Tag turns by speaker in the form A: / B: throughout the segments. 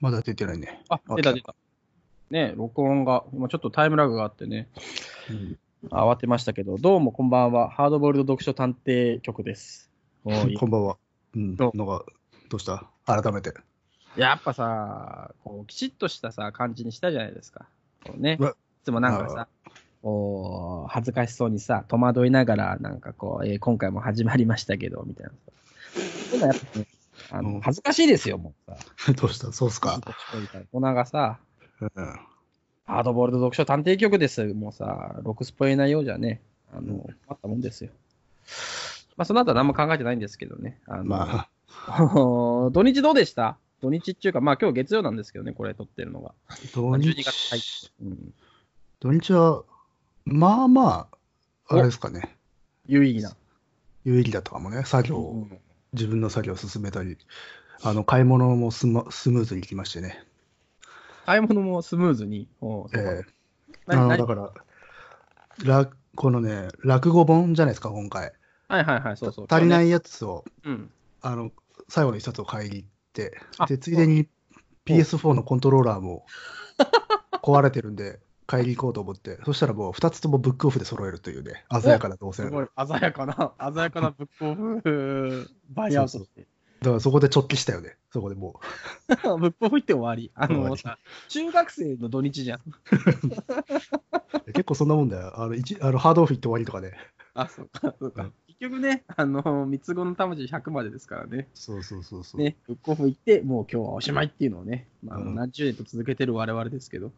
A: まだ出てないね。
B: あ、
A: あ
B: 出た
A: 来
B: 出た。ね、録音が、今ちょっとタイムラグがあってね、
A: うん
B: 慌てましたけど、どうもこんばんは、ハードボイルド読書探偵局です。おー い
A: こんばんは。うん。
B: どう
A: のが、どうした改めて。
B: やっぱさ、こう、きちっとしたさ、感じにしたじゃないですか。こうね、いう
A: わ
B: つもなんか
A: ま
B: さ、お恥ずかしそうにさ、戸惑いながら、なんかこう、えー今回も始まりましたけど、みたいな。そういうのはやっぱね、あ
A: うん
B: の恥ずかしいですよ、もうさ。
A: どうしたそうっすか。
B: 粉がさ、
A: うん。
B: ハードボールド読書探偵局です。もうさ、ロクスポイなようじゃね、あの、困ったもんですよ。まあ、その後は何も考えてないんですけどね。あの
A: まあ、
B: 土日どうでした土日っていうか、まあ今日月曜なんですけどね、これ撮ってるのが。
A: 土
B: 12
A: 日、
B: 月入ってうん。
A: 土日は、まあまあ、あれですかね。
B: 有意義な。
A: 有意義だったかもね。作業
B: う
A: を、
B: ん
A: 自分の作業を進めたり、あの、買い物もスマスムーズに行きましてね。
B: 買い物もスムーズに。おう
A: え
B: そうか
A: えあ
B: 何
A: の、
B: 何
A: だから、らこのね、落語本じゃないですか、今回。
B: はいはいはい、そうそう。。
A: 足りないいやつを、
B: うん。
A: あの、最後の一冊を買いに行って
B: あ、
A: で、ついでに PS4 のコントローラーも壊れてるんで、買いに行こうと思って、そしたらもう2つともブックオフで揃えるというね、鮮やかな動
B: す
A: 線。
B: ご
A: だ
B: い、鮮やかな、 鮮やかなブックオフ、バイアウトして。
A: からそこで直帰したよね、そこでもう。
B: ブックオフ行って終わり。あ
A: 終
B: の
A: わり
B: さ、中学生の土日じゃん。
A: 結構そんなもんだよ。あの、一あのハードオフ行って終わりとかね。
B: あ、そうか、そう
A: う
B: か
A: ん。
B: 結局ね、あの、三つ子の魂100までですからね。
A: そうそうそうそう。
B: ね、ブックオフ行って、もう今日はおしまいっていうのをね、まあ、
A: うん
B: 何十年と続けてる我々ですけど。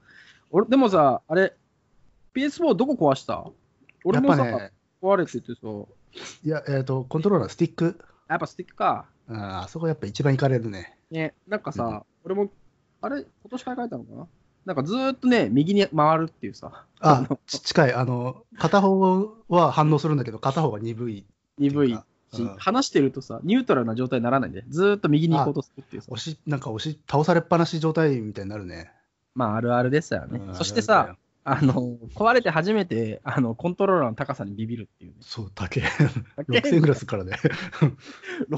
B: 俺、でもさ、あれ、PS4 どこ壊した俺
A: やっ
B: も
A: ぱ
B: さ、
A: ね、
B: 壊れててそう。
A: いや、えっ、と、コントローラー、スティック。
B: やっぱスティックか。
A: うんあそこやっぱ一番行かれるね。
B: ね、なん
A: う
B: か
A: ん
B: さ、俺も、あれ、今年買い替えたのかななんかずーっとね、右に回るっていうさ、
A: あ、ち近い。あの、片方は反応するんだけど、片方が鈍い。
B: 鈍い
A: うん
B: し、話してるとさ、ニュートラルな状態にならないんで、ずーっと右に行こうとするっていうさ
A: 押し、なんか押し、倒されっぱなし状態みたいになるね。
B: まあ、あるあるですよね
A: う。ん
B: そしてさ、、あの、壊れて初めて、あの、コントローラーの高さにビビるっていうね。
A: そう、 竹。6000円ぐらいするからね。
B: 6000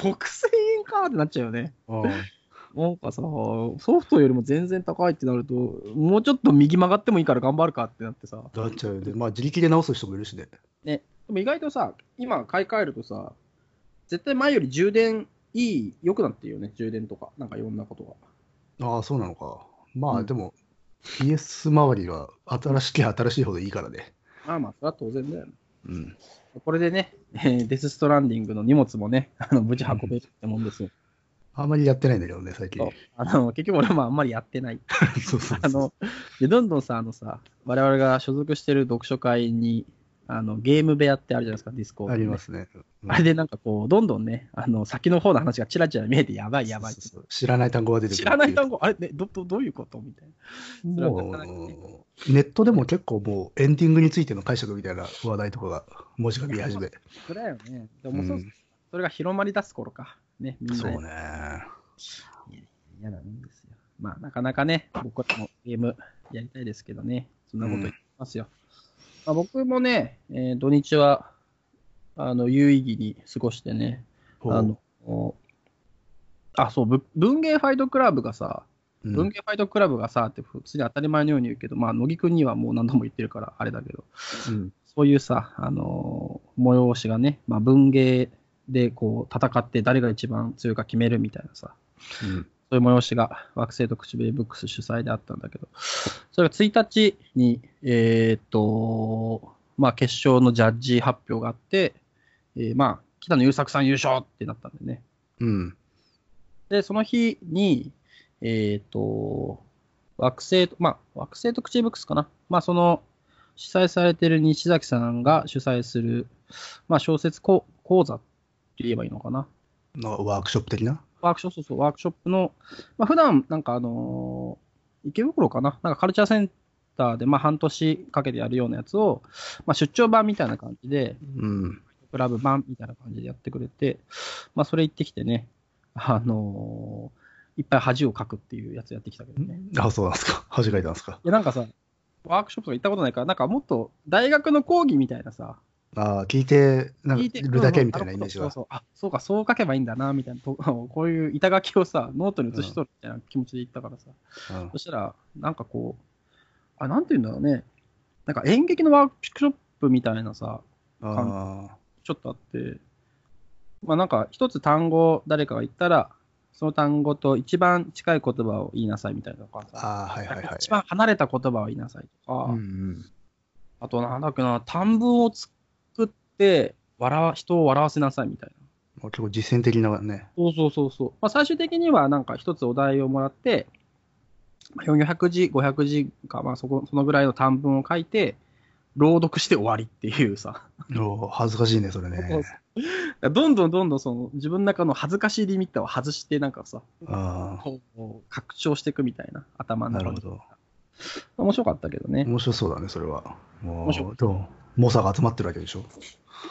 B: 円かってなっちゃうよね。
A: うん
B: なんかさ、ソフトよりも全然高いってなると、もうちょっと右曲がってもいいから頑張るかってなってさ。
A: なっちゃうよね。まあ、自力で直す人もいるしね。
B: ね、でも意外とさ、今買い替えるとさ、絶対前より充電いい、良くなってるよね、充電とか。なんかいろんなことが。
A: ああ、そうなのか。まあ、
B: うん
A: でも、PS 周りは新しきゃ新しいほどいいからね。
B: まあまあ、それは当然だよね。
A: うん。
B: これでね、えーデスストランディングの荷物もね、あの無事運べるってもんですよ。
A: あんまりやってないんだけどね、最近
B: そう。あの結局俺もあんまりやってない。
A: そうそうそう。
B: あの、でどんどんさ、あのさ、我々が所属してる読書会に、あの、ゲーム部屋ってあるじゃないですか、ディスコード
A: あ
B: ね
A: りますね。うん
B: あれでなんかこう、どんどんね、あの、先の方の話がちらちら見えて、やばいやばい。
A: そうそうそう知らない単語が出て
B: 知らない単
A: 語
B: 語、あれ、ね、ど、ど、どういうことみたいそれはなかなかね
A: もう、ネットでも結構もう、エンディングについての解釈みたいな話題とかが、文字が見 始め。
B: な。それだよね。で
A: う
B: も、そうんそれが広まり出す頃か。ね、みんな
A: そう
B: ね
A: ね。
B: 嫌なもんですよ。まあ、なかなかね、僕らもゲームやりたいですけどね、そんなこと言ってますよ。まあ、僕もね、えー土日は、あの、有意義に過ごしてね、あの、おあ、そう、ぶ文芸ファイトクラブがさ、
A: うん
B: 文芸ファイトクラブがさ、って普通に当たり前のように言うけど、まあ、乃木くんにはもう何度も言ってるから、あれだけど、
A: うん
B: そういうさ、あのー催しがね、まあ、文芸でこう戦って誰が一番強いか決めるみたいなさ、
A: うん
B: そういう催しが惑星と唇ブックス主催であったんだけど、それが1日に、えーっと、まあ決勝のジャッジ発表があって、えーまあ北野優作さん優勝ってなったんでね。
A: うん。
B: で、その日に、えーっと、惑星と、まあ惑星と唇ブックスかな。まあその主催されてる西崎さんが主催する、まあ小説講講座って言えばいいのかな。
A: なんかワークショップ的な
B: ワークショップ、そうそう、ワークショップの、まあ、普段なんかあのー池袋かななんかカルチャーセンターで、まあ、半年かけてやるようなやつを、まあ、出張版みたいな感じで、
A: うん。
B: クラブ版みたいな感じでやってくれて、まあ、それ行ってきてね、あのーいっぱい恥をかくっていうやつやってきたけどね。
A: あ、そうなんですか。 恥かいたんですか。
B: いや、なんかさ、ワークショップとか行ったことないから、なんかもっと大学の講義みたいなさ、
A: ああ、聞いてなんか
B: 聞
A: い
B: いて
A: るだけみたいなイメージ
B: そう
A: は。
B: そうあそうか、そう書けばいいんだな、みたいなと、こういう板書きをさ、ノートに写しとるみたいな気持ちで言ったからさ、
A: うん
B: そしたら、なんかこう、あ、なんて言うんだろうね、なんか演劇のワークショップみたいなさ、
A: あ
B: ちょっとあって、まあなんか一つ単語を誰かが言ったら、その単語と一番近い言葉を言いなさいみたいなのとか
A: あ、
B: さ、
A: ああはいはいはい
B: 一。番離れた言葉を言いなさいとか、
A: うんうん
B: あとなんだっけな、短文を作って笑わ、人を笑わせなさいみたいな。
A: もう結構実践的なね。
B: そうそうそうそう。まあ、最終的にはなんか一つお題をもらって、まあ400字、500字か、まあそこ、そのぐらいの短文を書いて、朗読して終わりってい うさ。
A: おー恥ずかしいね、それ
B: そう
A: ね。
B: どんどんどんどんその自分の中の恥ずかしいリミッターを外して、なんかさ、
A: あ
B: こう拡張していくみたいな、頭
A: あ、
B: の
A: な
B: 中
A: る
B: に
A: ほど。
B: 面白かったけどね。
A: 面白そうだね、それは。も
B: 面白
A: う、でも、猛者が集まってるわけでしょ。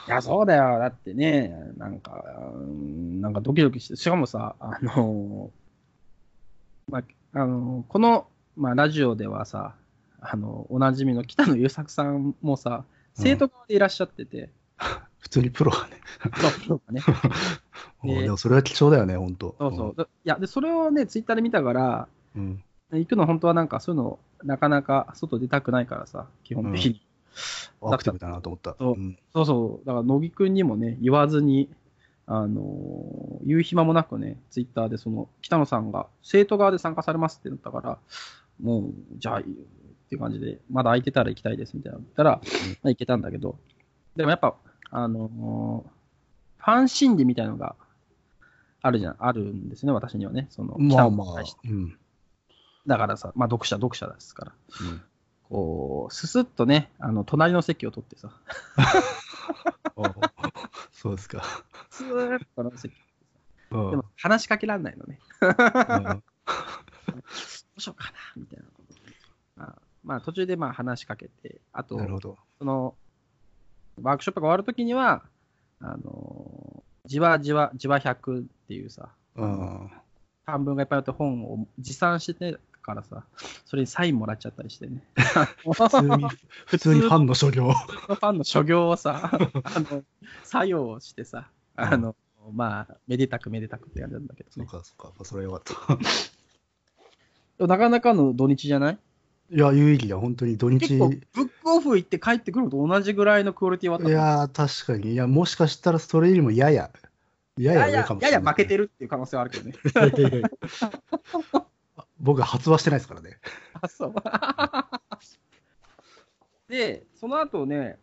B: いや、そうだよ。だってね、なんか、うんなんかドキドキして、しかもさ、あのーまあ、あのーこの、まあ、ラジオではさ、あのおなじみの北野優作さんもさ、生徒側でいらっしゃってて、
A: 普通にプロがね。
B: まあプロがね。
A: おー
B: ね
A: でもそれは貴重だよね、本当
B: そうそう。いや、で、それをね、ツイッターで見たから、
A: うん。うん
B: 行くの本当はなんかそういうの、なかなか外出たくないからさ、基本的に。
A: アクティブだなと思った。
B: そう
A: うん
B: そうそう、だから乃木くんにもね、言わずに、あのー言う暇もなくね、ツイッターでその北野さんが生徒側で参加されますってなったから、もう、じゃあいいよっていう感じで、まだ空いてたら行きたいですみたいなの言ったら、まあ、行けたんだけど、でもやっぱ、あのーファン心理みたいなのがあるじゃん、あるんですね、私にはね。その
A: まあ
B: 北野
A: ま
B: に
A: あ
B: 対して。
A: うん。
B: だからさ、まあ、読者、読者ですから。こう、すすっとね、あの、隣の席を取ってさ、
A: おー そうですか。
B: スーッと隣の席
A: うん
B: でも話しかけられないのね。
A: うん
B: どうしようかなみたいなことで。まあ、まあ、途中でまあ話しかけて、あと
A: な、るほど。
B: その、ワークショップが終わるときには、あのーじわじわ、じわ100っていうさ、
A: うん。
B: 短文がいっぱいあって本を持参してたからさ、それにサインもらっちゃったりして ね。
A: 普通に、普通にファンの所業。
B: ファンの所業を さ、あの、作用をしてさ、あの、まあ、めでたくめでたくって感じなんだけど
A: そう
B: ね。
A: か、そうか。それはよかった。
B: でもなかなかの土日じゃない
A: いや、有意義だ、本当に土日。
B: 結
A: い
B: 構、ブックオフ行って帰ってくるのと同じぐらいのクオリティはあったと思う
A: やー、確かに。いや、もしかしたらそれよりもやや、や
B: や
A: や
B: や
A: 上かもし
B: や
A: れない。
B: や負けてるっていう可能性はあるけどね。
A: いやいやいや。 僕は発話してないですからね。
B: あそう で、その後ね、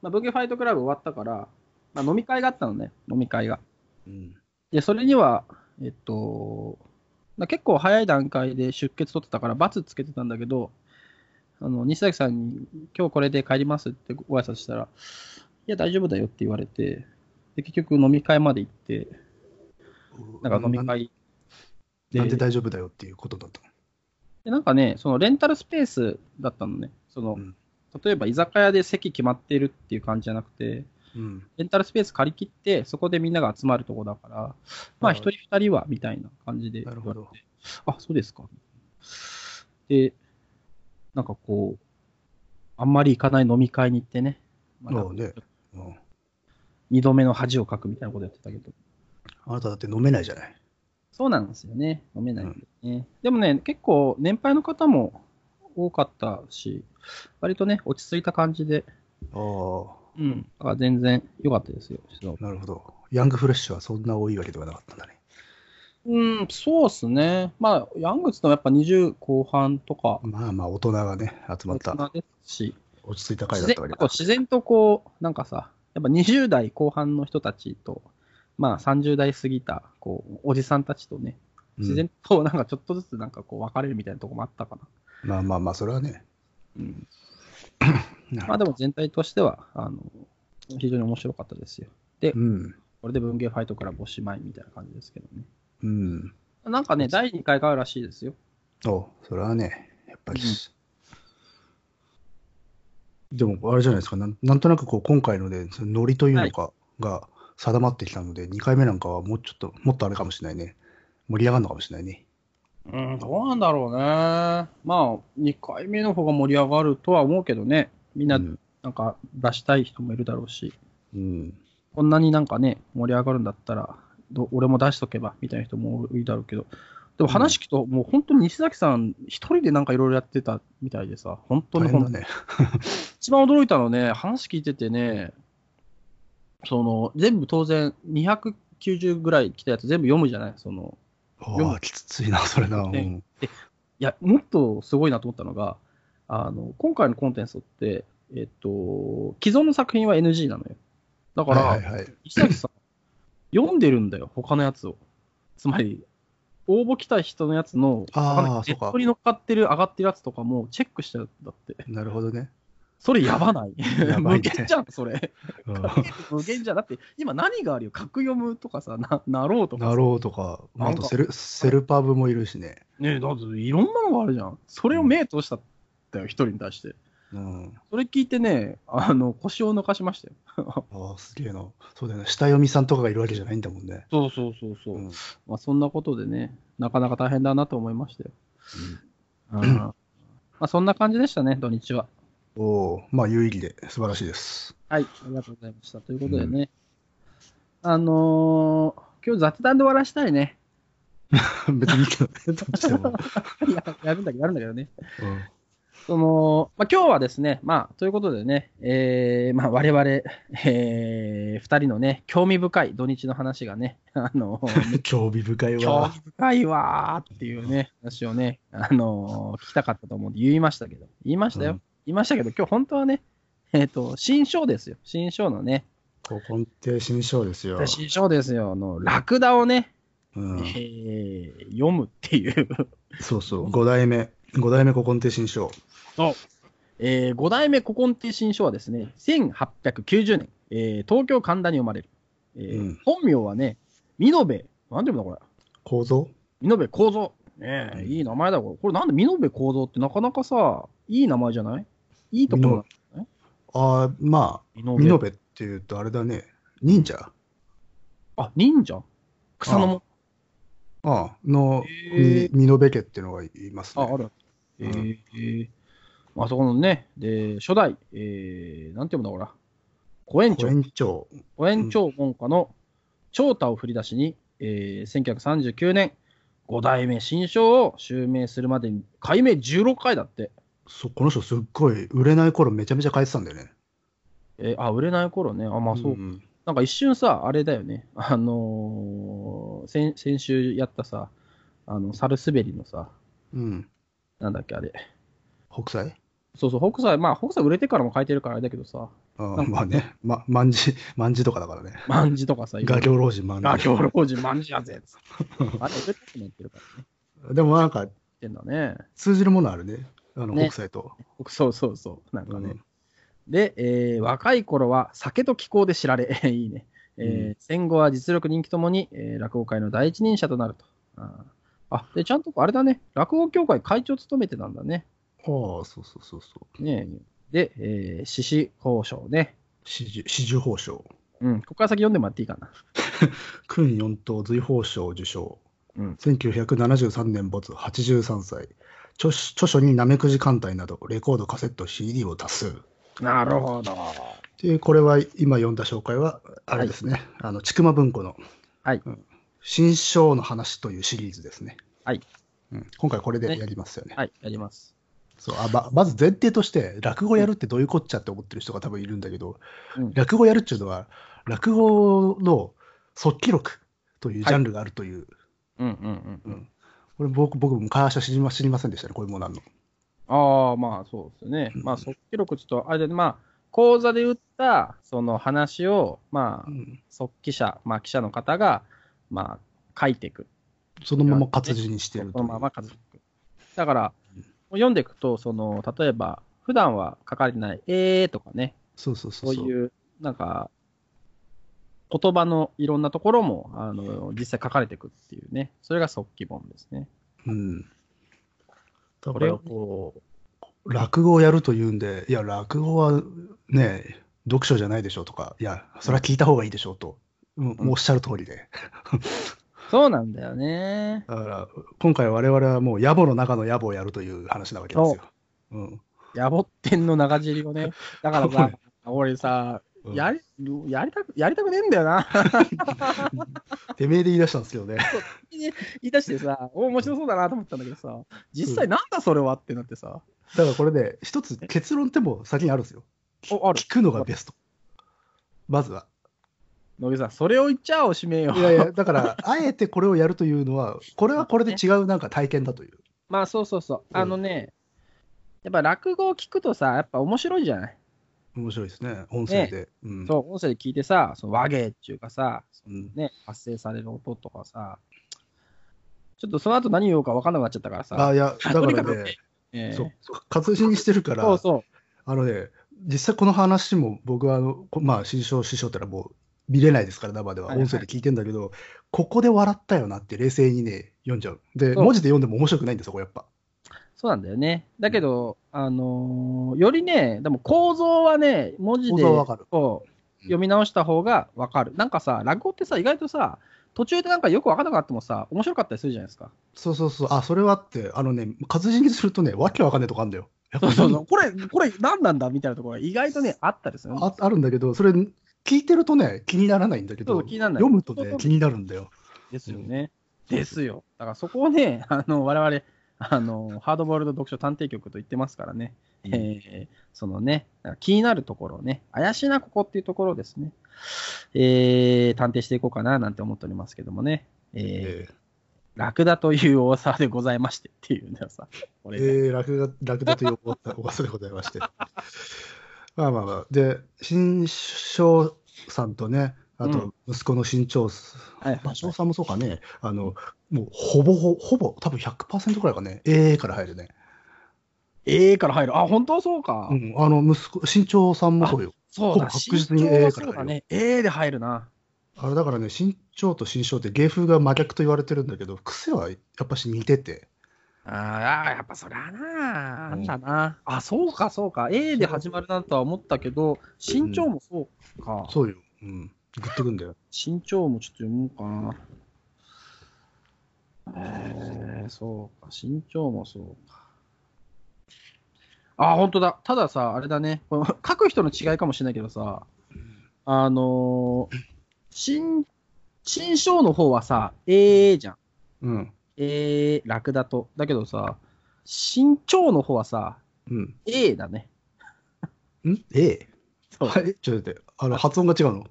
B: まあ、ブギファイトクラブ終わったから、まあ、飲み会があったのね、飲み会が。
A: うん。
B: で、それには、えっと、まあ、結構早い段階で出血取ってたから、罰つけてたんだけど、あの西崎さんに、今日これで帰りますってご挨拶したら、いや、大丈夫だよって言われて、で結局飲み会まで行って、なんか飲み会
A: ななんで大丈夫だよっていうことだと。
B: で、なんかね、そのレンタルスペースだったのね。その、
A: うん
B: 例えば居酒屋で席決まってるっていう感じじゃなくて、
A: うん。
B: レンタルスペース借り切って、そこでみんなが集まるとこだから、ま
A: う
B: あ
A: ん
B: 一人二人はみたいな感じで。
A: なるほど。
B: あ、そうですか。で、なんかこう、あんまり行かない飲み会に行ってね、まあ
A: そうねうん
B: 二度目の恥をかくみたいなことやってたけど。
A: あなただって飲めないじゃない。
B: そうなんですよね。飲めないんでね。でもね、結構年配の方も多かったし、割とね、落ち着いた感じで、
A: ああ。
B: うん。だから全然良かったですよ。
A: なるほど。ヤングフレッシュはそんな多いわけではなかったんだね。
B: うん、そうっすね。まあ、ヤングツのやっぱ20後半とか、
A: まあまあ、大人がね、集まっ
B: 大人
A: た、
B: ですし、
A: 落ち着いた回
B: 自
A: だっ
B: 然
A: たわけ
B: あと
A: だ。
B: 自然とこう、なんかさ、やっぱ20代後半の人たちと、まあ30代過ぎた、こう、おじさんたちとね、自然となんかちょっとずつなんかこう分かれるみたいなとこもあったかな。
A: うんまあまあまあ、それはね。
B: うん。
A: なる
B: ま
A: ほ
B: あ
A: ど
B: でも全体としては、あの、非常に面白かったですよ。
A: うん。
B: これで文芸ファイトからおしまいみたいな感じですけどね。
A: うん。
B: なんかね、第2回があるらしいですよ。
A: おそれはね、やっぱり
B: うん。
A: でも、あれじゃないですか、なんなんとなくこう今回ので、そのノリというのかが定まってきたので、2回目なんかはもうちょっと、もっとあれかもしれないね。盛り上がるのかもしれないね。
B: うん、どうなんだろうね。まあ、2回目の方が盛り上がるとは思うけどね。みんな
A: うん
B: なんか出したい人もいるだろうし、
A: うん。
B: こんなになんかね、盛り上がるんだったら、ど俺も出しとけばみたいな人も多いだろうけど、でも話聞くと、もう本当に西崎さん、一人でなんかいろいろやってたみたいでさ、本当
A: 大
B: に
A: 変
B: 本当
A: だね。
B: 一番驚いたのね、話聞いててね、その全部当然290ぐらい来たやつ全部読むじゃないその
A: ああ、きついな、それな。う
B: ね
A: ん。
B: いや、もっとすごいなと思ったのが、あの今回のコンテンツって、えっと、既存の作品は NG なのよ。だから、
A: はいはいはい。
B: 石崎さん、読んでるんだよ、他のやつを。つまり、応募来た人のやつの、
A: あー
B: わかんない
A: そ
B: ネ
A: うか
B: ットに乗っかってる、上がってるやつとかもチェックしてるんだって。
A: なるほどね。
B: それやばない。
A: やばいね
B: 無限じゃん、それ。
A: うん
B: 無限じゃん。だって、今何があるよ、格読むとかさ、ななろうとかさ。
A: なろうとか、まあ、あとセルセルパブもいるしね。
B: ねえ、だっていろんなのがあるじゃん。それを目通したんだよ、一人に対して。
A: うん。
B: それ聞いてね、あの腰を抜かしましたよ。
A: ああ、すげえな。そうだよね。下読みさんとかがいるわけじゃないんだもんね。
B: そうそうそうそうう。
A: ん。
B: まあ、そんなことでね、なかなか大変だなと思いましたよ。うんまあそんな感じでしたね、土日は。
A: おお、まあ、有意義で素晴らしいです。
B: はい、ありがとうございました。ということでね、あのー今日雑談で終わらしたいね。
A: 別にいいけどね。どっちでも。
B: いや やるんだけど、やるんだけどね。
A: うん
B: その、まあ、今日はですね、まあ、ということでね、えー、まあ、我々、えー、二人のね、興味深い土日の話がね、 あ のー、
A: 興味深い
B: 興
A: わ。
B: 味深いわーっていうね、話をね、あのー聞きたかったと思うんで言いましたけど、言いましたよ。
A: うん
B: 言いましたけど、今日本当はね、えっ、と、新章ですよ。新章のね、
A: 古今亭新章ですよ。
B: 新章ですよ。あの、ラクダをね、
A: うん
B: え。ー読むっていう。
A: そうそう。五代目。五代目古今亭新章。
B: えー、5代目古今亭新書はですね、1890年、えー東京神田に生まれる。えー
A: うん
B: 本名はね、美濃部、なんていうんだこれ、
A: 構造
B: 美濃部幸三。ねえ、
A: うん
B: いい名前だこれ。これなんで美濃部幸三ってなかなかさ、いい名前じゃないいいところだ
A: ああ、ま
B: 美
A: あ、
B: 濃
A: 美濃部っていうとあれだね。忍者
B: あ、忍者草のも
A: ああの、
B: へえ
A: み美濃部家っていうのがいます
B: あ
A: ね。
B: あ、る。え
A: うん
B: ーえーまあそこのね、で、初代、えー、なんていうんだこれ。古園長
A: 古。園長。
B: 五円長門下の長太を振り出しに、えー1939年、五代目新章を襲名するまでに、改名16回だって。
A: そうこの人すっごい売れない頃めちゃめちゃ変えてたんだよね。
B: えーあ、売れない頃ね。あ、まあそう。
A: ん
B: なんか一瞬さ、あれだよね。あのー先、先週やったさ、あの、サルスベリのさ、
A: うん。
B: なんだっけあれ。
A: 北斎
B: そうそう、北斎、まあ北斎売れてからも書いてるからあれだけどさ、
A: あ
B: な
A: あ
B: んか
A: まあね。ま、万字、万字とかだからね。
B: 万字とかさ、
A: 画業老人万
B: 画
A: 字。
B: 業老人万字やぜっ つって。あれ売れたくなってるからね。
A: でもなんか
B: 言ってんだね。
A: 通じるものあるね。あの、
B: ね
A: 北斎と。
B: そうそうそう。なんかね。
A: うん
B: で、えー若い頃は酒と気候で知られ、 いいね、えー
A: う
B: 戦後は実力人気ともに、えー落語界の第一人者となると。あーあ、で、ちゃんとあれだね、落語協会会長を務めてたんだね。
A: はあ、そうそうそうそう。
B: ねえで、えー、獅子交渉ね。
A: 四十四十報賞。
B: うん、ここから先読んでもらっていいかな。
A: 訓四等随報賞受賞。
B: うん、
A: 1973年没、83歳。著書著書になめくじ艦隊など、レコード、カセット、CD を多数。っ
B: なるほど。
A: ていう、これは今読んだ紹介は、あれですね。あの、千曲文庫の、
B: はい
A: うん新章の話というシリーズですね。
B: はい
A: うん、今回これ
B: ね
A: でやりますよね。
B: はい、やります。
A: そうあままず前提として、落語やるってどういうこっちゃって思ってる人が多分いるんだけど、
B: うん
A: 落語やるっていうのは、落語の即記録というジャンルがあるという、
B: うんうんうん。うん、
A: これ僕僕も会社知りま知りませんでしたね、こういうものなの。
B: ああ、まあそうですね。まあ、即記録ちょっと、あれで、まあ、講座で打った、その話を、まあ
A: う、ん
B: 即記者、まあ、記者の方が、まあ、書いていく。
A: そのまま活字にしてる
B: そ
A: とい
B: の
A: う。
B: まま書いていく。だから、読んでいくと、その、例えば、普段は書かれてない、えーとかね、
A: そうそうそ
B: そうう
A: そう。
B: いう、なんか、言葉のいろんなところも、あの、実際書かれていくっていうね。それが即記本ですね。
A: うん、だ
B: こ
A: か
B: れ
A: ら
B: をこ
A: 落語をやるというんで、いや、落語はね、読書じゃないでしょうとか、いや、それは聞いた方がいいでしょうと、うんもうおっしゃる通りで。
B: う、そうなんだよね。
A: だから、今回我々はもう野暮の中の野暮をやるという話なわけですよ。うん、、
B: やぼってんの長尻をね。だからさ 俺さ、
A: うん
B: やり、やりたく、やりたくねえんだよな。
A: てめえで言い出したんですけどね。
B: 言い出してさ、お面白そうだなと思ったんだけどさ、実際なんだそれはってなってさ、
A: だからこれね、一つ結論ってもう先にあるんですよ。
B: お、ある。
A: 聞くのがベスト。まずは。
B: 野木さん、それを言っちゃおしめえよ
A: い。やいや、だから、あえてこれをやるというのは、これはこれで違うなんか体験だという。
B: まあそうそうそう。
A: うん
B: あのね、やっぱ落語を聞くとさ、やっぱ面白いじゃない。
A: 面白いですね、音声で。うん
B: そう、音声で聞いてさ、その和芸っていうかさ、その
A: うん
B: ね、発生される音とかさ、ちょっとその後何言おうか分かんなくなっちゃったからさ、
A: あいや、だか
B: とに
A: ら
B: かく
A: ね、
B: えー
A: そう活字にしてるから、
B: そうそう。
A: あのね、実際この話も僕はあの、こまあ、師匠、師匠ってのはもう見れないですから、生では、
B: はいはい
A: 音声で聞いてんだけど、ここで笑ったよなって冷静にね、読んじゃう。で、
B: そう
A: 文字で読んでも面白くないんですよ、これやっぱ。
B: そうなんだよね。だけど、あのーよりね、でも構造はね、文字
A: 構
B: で
A: 造はわかる。
B: こう読み直した方が分かる。なんかさ、落語ってさ、意外とさ、途中でなんかよく分からなくなってもさ、面白かったりするじゃないですか。
A: そうそうそう、あ、それはあって、あのね、活字にするとね、わけわかんないとこあるんだよ。
B: そうそうそう。これ、これ何なんだみたいなところが意外とね、あったりするんですよ
A: ああるんだけど、それ、聞いてるとね、気にならないんだけ
B: そ
A: ど、
B: う気にならない
A: 読むと
B: そう
A: ね
B: そう、
A: 気になるんだよ。
B: ですよね。ですよ。だからそこをね、 あの我々あの、ハードボールド読書探偵局と言ってますからね、
A: うん
B: えーそのね、気になるところをね、怪しいな、ここっていうところをですね、えー探偵していこうかななんて思っておりますけどもね、え
A: え
B: ーラクダという大沢でございましてっていうのはさ、こ
A: ー、
B: れね、
A: えー、楽だ、楽だというおお噂でございまして。 まあまあまあ、で、新章さんとね、あ
B: う
A: と息子の新長さん、
B: はいはいはい
A: まあ長さんもそうかね、あの、もうほぼほぼ、ほぼ、多分100%くらいかね、ええから入るね。
B: ええから入る。あ、本当そうか。
A: うん、あの、息子、新長さんもそうよ。
B: そう
A: ほ
B: だ、
A: ぼ確実に
B: 慎重は
A: A から入る
B: そうだね。ええで入るな。
A: あれだからね、新長と新章って芸風が真逆と言われてるんだけど、癖はやっぱし似てて。
B: あーあー、やっぱそりゃなあ、あんだな。あ、そうか、そうか。A で始まるなとは思ったけど、身長もそうか。
A: そうよ。うん。グッとくんだよ。
B: 身長もちょっと読もうかな。えー、そうか。身長もそうか。あ、本当だ。たださ、あれだね。この書く人の違いかもしれないけどさ、あのー、新、新章の方はさ、A じゃん。
A: うん。
B: えー、ラクダと。だけどさ、身長の方はさ、
A: うん。
B: A だね。
A: ん ?A?
B: そう
A: はい、ちょっと待って。あの、発音が違うの。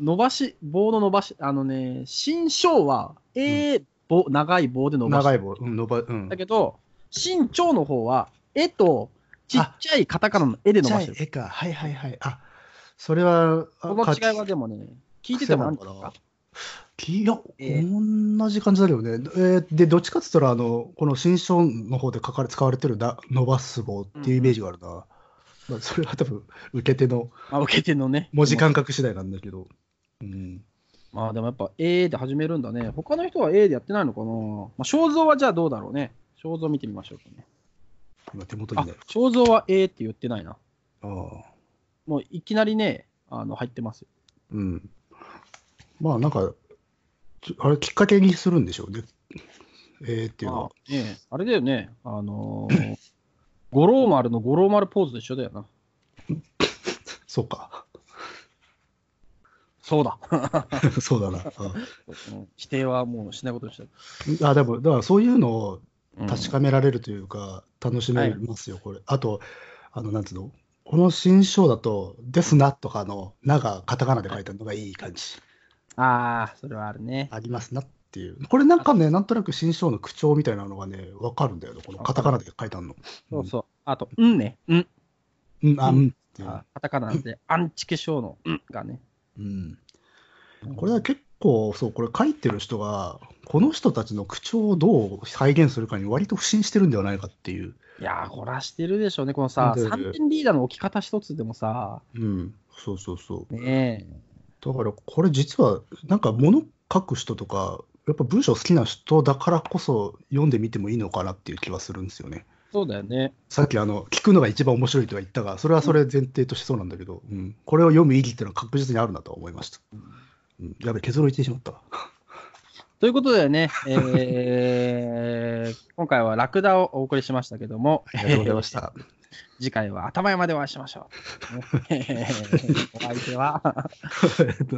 B: 伸ばし、棒の伸ばし、あのね、身長は A、棒長い棒で伸ばし
A: 長い棒。うん、伸ば、うん。
B: だけど、身長の方は、絵とちっちゃいカタカナの絵で伸ばして
A: ちっち
B: る。
A: ゃい絵か。はいはいはい。あ、それは、あ
B: この違いは
A: か
B: でもね、聞いててもあるんです
A: 癖なの
B: か
A: かいや、
B: え
A: 同じ感じだけどね。えーで、どっちかって言ったら、あの、この新書の方で書かれ、使われてるだ伸ばす棒っていうイメージがあるな。まあ、それは多分、受け手の
B: まあ、受け手のね。
A: 文字感覚次第なんだけど。うん。
B: まあでもやっぱ A で始めるんだね。他の人は A でやってないのかな。まあ、肖像はじゃあどうだろうね。肖像見てみましょうかね。
A: 今、手元
B: あ
A: にね。、
B: 肖像は A って言ってないな。
A: ああ。
B: もういきなりね、あの入ってますよ。
A: うん。まあ、なんか、ちょあれ、きっかけにするんでしょうね。えー、っていうのは。
B: あねえあれだよね、あの ー五郎丸の五郎丸ポーズと一緒だよな。
A: そうか。
B: そうだ。
A: そうだな。
B: うん否定はもうしないことにしてる。
A: うんあ、でも、だからそういうのを
B: うん
A: 確かめられるというか、楽しめますよ、これ。あと、あの、なんつうのこの新章だと、ですなとかの、ながカタカナで書いてあるのがいい感じ。
B: ああ、それはあるね。
A: ありますなっていう。これなんかね、なんとなく新章の口調みたいなのがね、わかるんだよね。このカタカナで書いてあるの。
B: そうそう。あと、うんね。うん。
A: うん、あ、うん。
B: あカタカナなんで、 アンチ化粧のうんがね。
A: うん。これは結構、そう、これ書いてる人が、この人たちの口調をどう再現するかに割と不信してるんではないかっていう。
B: いやー、こらしてるでしょうね。このさ、
A: してる
B: 3点リーダーの置き方一つでもさ、
A: うん。そうそうそう。
B: ね
A: だから、これ実は、なんか物書く人とか、やっぱ文章好きな人だからこそ読んでみてもいいのかなっていう気はするんですよね。
B: え。そうだよね。
A: さっきあの聞くのが一番面白いとは言ったが、それはそれ前提としてそうなんだけど、うん、これを読む意義っていうのは確実にあるなとは思いました。うん、やべ、結論言ってしまったわ。
B: ということでね、 えー今回はラクダをお送りしましたけども、
A: ありがとうございました。
B: 次回は頭山でお会いしましょう。ね お相手は、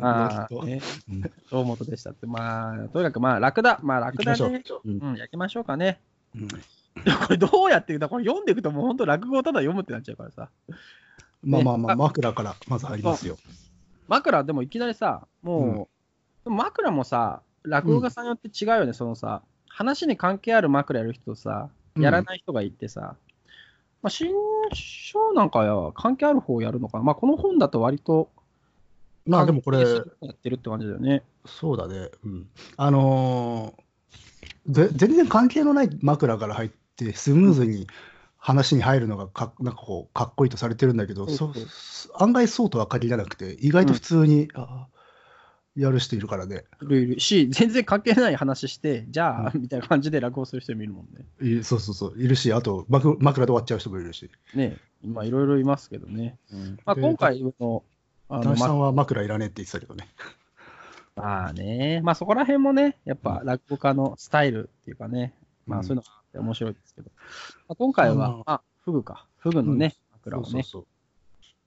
B: まあ、ね、
A: うん
B: 大本でしたって。まあ、とにかくまあ、ラクダ、まあ、ラ
A: 行
B: ク
A: き
B: ダ
A: ましょ
B: で
A: う。、うん
B: うん、やきましょうかね。
A: うん
B: いやこれどうやって言うだこれ読んでいくともう本当落語をただ読むってなっちゃうからさ。
A: まあまあま
B: あ
A: あ、枕からまず入りますよ。
B: 枕でもいきなりさ、もう、でも枕もさ、落語家さんによって違うよね、そのさ、話に関係ある枕やる人とさ、
A: うん
B: やらない人がいてさ、まあ、新章なんかは関係ある方をやるのかな。まあ、この本だと割と、
A: まあでもこれ、
B: 関係する方やってるって感じだよね。
A: そうだね。うん、あのーぜ全然関係のない枕から入って、スムーズに話に入るのがかっなんかこうかっこいいとされてるんだけど、
B: そう
A: そ
B: そう
A: 案外そうとは限らなくて、意外と普通に、あーやる人いるからね。
B: いるいるし、 全然関係ない話して、じゃあ、みたいな感じで落語する人もいるもんね。
A: いそうそうそう、いるし、あと枕枕で終わっちゃう人もいるし。
B: ねまあ、いろいろいますけどね。まあ、
A: で
B: 今回の、あ
A: 男子さ
B: ま
A: んは枕いらねえって言ってたけどね。
B: まあね、まあそこら辺もね、やっぱ落語家のスタイルっていうかね、まあそういうのがあって面白いですけど、まあ、今回
A: あ
B: は
A: の、
B: あ、フグか、フグのね、枕をね、
A: そうそう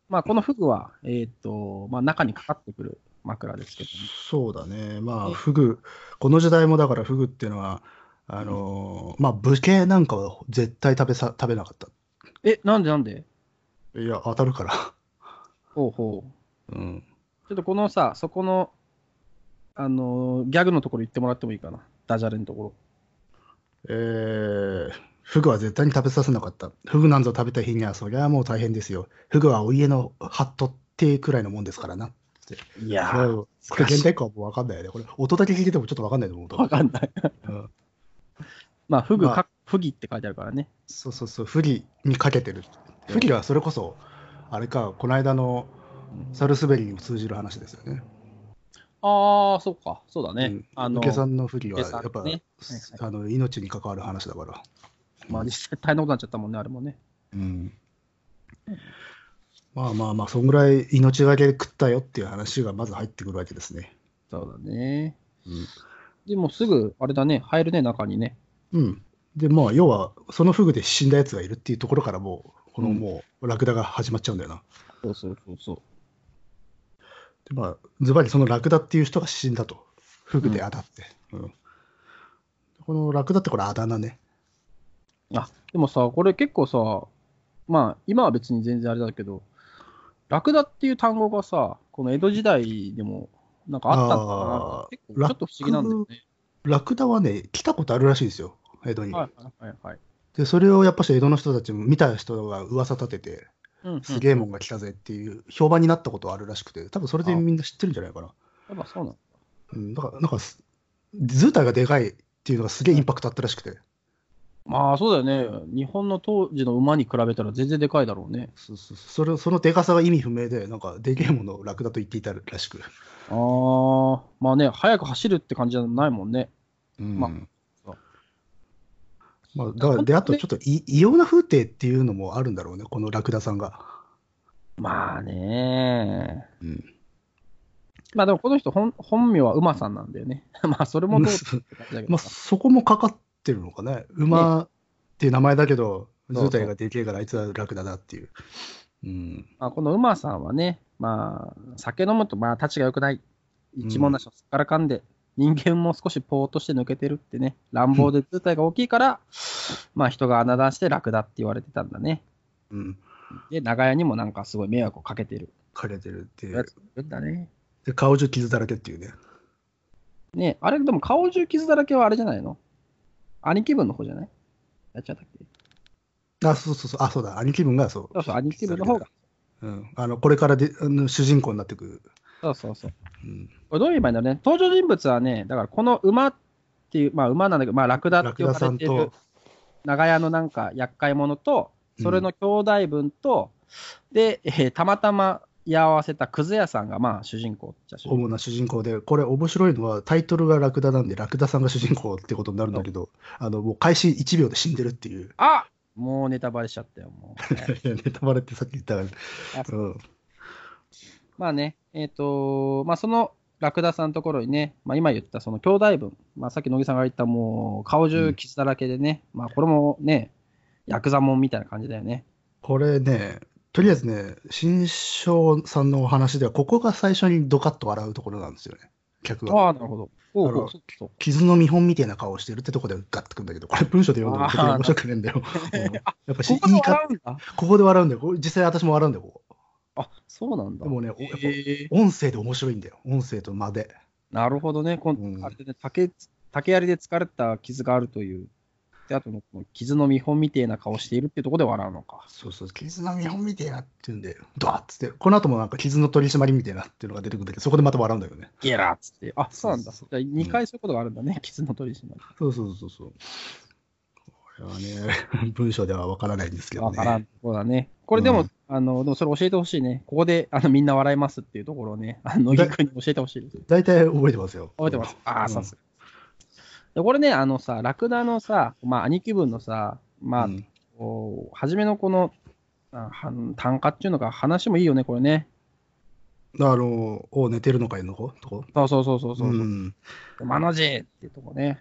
B: まあこのフグは、えっ、と、まあ中にかかってくる枕ですけど、ね、
A: そうだね、ま
B: え
A: あ、フグ、この時代もだから、フグっていうのは、あのーまあ、武家なんかは絶対食べさ食べなかっ
B: え、なんでなんで
A: た。いや、当たるから。
B: ほうほ う。
A: うん、
B: ちょっとこのさ、そこの、あのーギャグのところ言ってもらってもいいかな、ダジャレのところ。
A: えー、フグは絶対に食べさせなかった。フグなんぞ食べた日には、そりゃもう大変ですよ。フグはお家のハットってくらいのもんですからな。
B: い
A: これ、これ現代化はもう分かんないよね。これ、音だけ聞いててもちょっと分かんないと思う
B: わ
A: と。
B: かんない。
A: うん
B: まあフグか、
A: まあ
B: フギって書いてあるからね。
A: そうそうそう、フリにかけてる。フリはそれこそ、あれか、この間のサルスベリにも通じる話ですよね。
B: ああ、そうか、そうだね。
A: うん
B: あ
A: 武
B: の
A: 家さんの不利は
B: 武
A: や
B: 家さん
A: っぱ、
B: ね
A: あの命に関わる話だから。
B: まあ実際大変なことになっちゃったもんね、あれもね。
A: うんまあまあまあ、そんぐらい命がけで食ったよっていう話がまず入ってくるわけですね。
B: そうだね。
A: うん
B: でもすぐ、あれだね、入るね、中にね。
A: うん、で、まあ、要は、そのフグで死んだやつがいるっていうところからもう、この
B: うん
A: もう、ラクダが始まっちゃうんだよな。
B: そうそうそうそ
A: で、まあ、ズバリそのラクダっていう人が死んだと。フグで当たって。うんこのラクダってこれあだ名ね。
B: う。あ、でもさ、これ結構さ、まあ今は別に全然あれだけど、ラクダっていう単語がさ、この江戸時代でもなんかあったのか
A: あー
B: な結構ちょっと不思議なんだよね。
A: ラクダはね、来たことあるらしいんですよ、江戸に。
B: はいはいはいはい。
A: で、それをやっぱし江戸の人たちも見た人が噂立てて、
B: うん、うん。
A: すげえもんが来たぜっていう評判になったことあるらしくて、多分それでみんな知ってるんじゃないかな。
B: やっぱそうなの。
A: うん、だから、なんかす、図体がでかいっていうのがすげえインパクトあったらしくて、
B: まあそうだよね。日本の当時の馬に比べたら全然でかいだろうね。
A: そそそれそのでかさが意味不明で、なんか、でけえものをラクダと言っていたらしく。
B: ああ、まあね、早く走るって感じじゃないもんね。
A: うん
B: まあ
A: まあ、だから、で、あとちょっとい異様な風景っていうのもあるんだろうね、このラクダさんが。
B: まあね。
A: うん
B: まあでもこの人本、本名は馬さんなんだよね。 まあそれもど うって感じだ
A: ま
B: けど
A: あ、
B: さ。
A: そこもかかってるのかね。馬っていう名前だけど、
B: そうそう
A: 図体がでけえからあいつは楽だなっていう。うん。
B: まあ、この馬さんはね、まあ酒飲むとまあ立ちが良くない。一文なしをすっからかんで、人間も少しぽーっとして抜けてるってね、乱暴で図体が大きいから、まあ人が穴出して楽だって言われてたんだね。
A: うん。
B: で、長屋にもなんかすごい迷惑をかけてる
A: 枯れてるってい
B: や
A: う
B: つ。がいるんだね。
A: で、顔中傷だらけっていうね。
B: ねあれでも顔中傷だらけはあれじゃないの兄貴分の方じゃないやっちゃったっけ
A: あ、そうそうそう。あ、そうだ。兄貴分がそう。
B: そうそう、兄貴分の方が。
A: うん。あの、これからで、あの主人公になってくる。
B: そうそうそう。
A: うん。
B: これどう言えばいいんだろうね。登場人物はね、だからこの馬っていう、まあ馬なんだけど、まあラクダ
A: ラ
B: っ
A: ク
B: て呼
A: ダさ
B: ばれ
A: ん
B: てる
A: と、
B: 長屋のなんか厄介者と、それの兄弟分と、で、えーたまたま居合わせたクズ屋さんがまあ主人公っちゃ主人公。
A: 主な主人公で、これ面白いのはタイトルがラクダなんで、ラクダさんが主人公ってことになるんだけど、あの、もう開始1秒で死んでるっていう。
B: あもうネタバレしちゃったよ、もう。
A: いやネタバレってさっき言ったから。うん。
B: まあね、えっ、とまあそのラクダさんのところにね、まあ今言ったその兄弟分、まあさっき野木さんが言ったもう顔中傷だらけでね、まあこれもね、ヤクザもんみたいな感じだよね。
A: これね、とりあえずね、新章さんのお話では、ここが最初にドカッと笑うところなんですよね。客が。
B: ああ、なるほど。ほうほう、そうそう。
A: 傷の見本みたいな顔してるってとこでガッとくんだけど、これ文章で読んでも全然面白くねえんだ よ。うんやっぱし、
B: ここ
A: 言
B: で
A: い方
B: 笑うんだ。
A: ここで笑うんだよ。これ実際私も笑うんだよ、ここ。
B: あ、そうなんだ。
A: でもね、おやっぱ
B: へえ
A: 音声で面白いんだよ。音声と間で。
B: なるほどね。こ
A: うん
B: んあれでね竹竹槍で疲れた傷があるという。で、あとのこの傷の見本みてえな顔しているってところで笑うのか。
A: そうそう、傷の見本みたいなって言うんで、ドアッつって、この後もなんか傷の取り締まりみたいなっていうのが出てくるんだけど、そこでまた笑うんだよね。
B: ゲラッつって。あ、そうなんだ。
A: そ
B: じゃあ2回そういうことがあるんだね。傷の取り締まり。
A: そうそうそうそう。これはね、 文章ではわからないんですけど
B: わから
A: ね。
B: んところだね。これでも、
A: うん
B: あの、でもそれ教えてほしいね。ここで、あの、みんな笑いますっていうところをね、あの、乃木君に教えてほしいです。
A: 大体覚えてますよ。
B: 覚えてます。あ
A: う
B: あ、
A: ん
B: さすが。で、これね、あのさ、ラクダのさ、まあ、兄貴分のさ、まあ、
A: うん
B: こう初めのこの、あは単価っていうのが話もいいよね、これね。
A: あの、お寝てるのかいのことこ
B: そうそうそうそうそう。
A: うん
B: マナジーっていうとこね。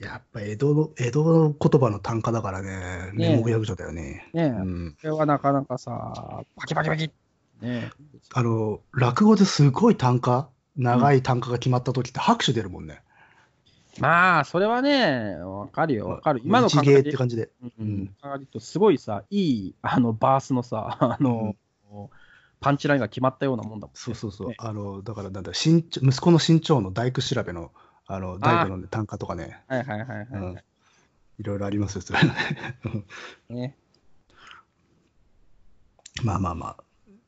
A: やっぱ江戸の、江戸の言葉の単価だからね、
B: ねえ
A: 面目役所だよね。
B: ねえ、
A: う
B: こ
A: ん。
B: れはなかなかさ、バキバキバキってね。
A: あの、落語ですごい単価、長い単価が決まった時って拍手出るもんね。
B: まあ、それはね、わかるよ、わかる。今の
A: 一
B: 感
A: 芸っ
B: 覚
A: て
B: で、
A: 感じで。
B: う
A: うん
B: ん、考えるとすごいさ、いい、あの、バースのさ、あの、パンチラインが決まったようなもんだもんね。
A: そうそうそう
B: ね。
A: あの、だから、なんだ、身長息子の身長の大工調べの、あの、大工のね、単価とかね、
B: はいはいはいはい。
A: うんいろいろありますよ、それはね。
B: ね、
A: まあまあまあ。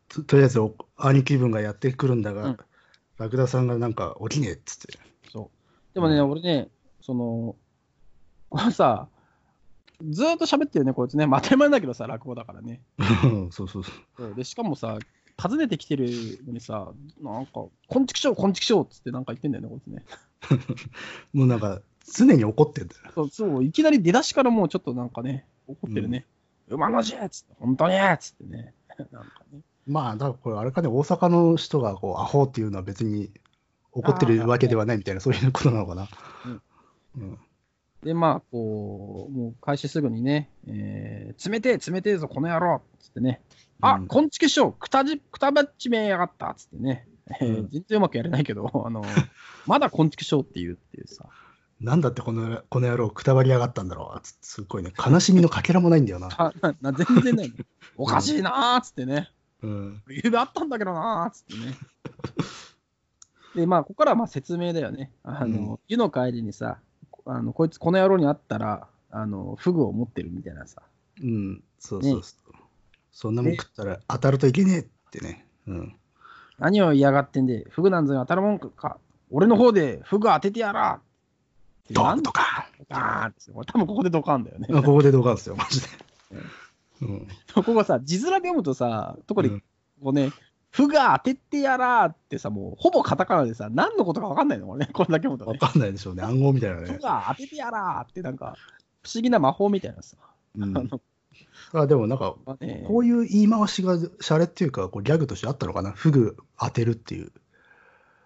A: ととりあえずお、兄貴分がやってくるんだが、
B: うん
A: ラクダさんがなんか起きねえっつって。
B: そう。でもね、
A: うん
B: 俺ね、その、このさ、ずーっと喋ってるね、こいつね。まあ当たり前だけどさ、落語だからね。
A: うんそうそうそう。
B: そうで、しかもさ、訪ねてきてるのにさ、なんか、こんちきしょう、こんちきしょうっつってなんか言ってんだよね、こいつね。
A: もうなんか、常に怒ってんだよ。
B: そう、そういきなり出だしからもうちょっとなんかね、怒ってるね。馬の字っつって、本当にっつってね。なんかね。
A: まあ、だからこれ、あれかね、大阪の人がこうアホっていうのは別に怒ってるわけではないみたいな、そういうことなのかな。うん
B: で、まあ、こう、もう開始すぐにね、えー、冷てえ、冷てえぞ、この野郎っつってね、あ、
A: うん
B: こんちきしょう、くたじ、くたばっちめやがったっつってね、えー
A: うん
B: 全然うまくやれないけど、あの、まだこんちきしょうって言うっていう さ、
A: なんだってこのこの野郎、くたばりやがったんだろうつすごいね、悲しみのかけらもないんだよな。
B: あなな全然ない、おかしいなーっつってね、
A: うん、
B: ゆうべあったんだけどなーっつってね。 で、まあ、ここからはまあ説明だよね。あ
A: う
B: の、湯の帰りにさ、あのこいつこの野郎に会ったら、あの、フグを持ってるみたいなさ、
A: うん、そうそうそう。そんなもん食ったら当たるといけねえってね。うん、
B: 何を嫌がってんで、フグなんぞに当たるもんか。俺の方でフグ当ててやら
A: ドー
B: なん
A: ンとか。
B: バーンですよ。これ多分ここでドカンだよね。
A: あここで動画ですよ、マジで。うん、
B: ここがさ、字面で読むとさ、とこで、
A: う
B: こ
A: ん
B: うね、フグ当ててやらってさ、もうほぼカタカナでさ、何のことか分かんないのこれね。これだけ読むと
A: わ
B: ね。
A: かんないでしょうね、暗号みたいな
B: フ
A: ね
B: グ。当ててやらってなんか、不思議な魔法みたいなさ。
A: うん、あでもなんか、
B: まあね
A: こういう言い回しが、シャレっていうか、こうギャグとしてあったのかな、フグ当てるっていう。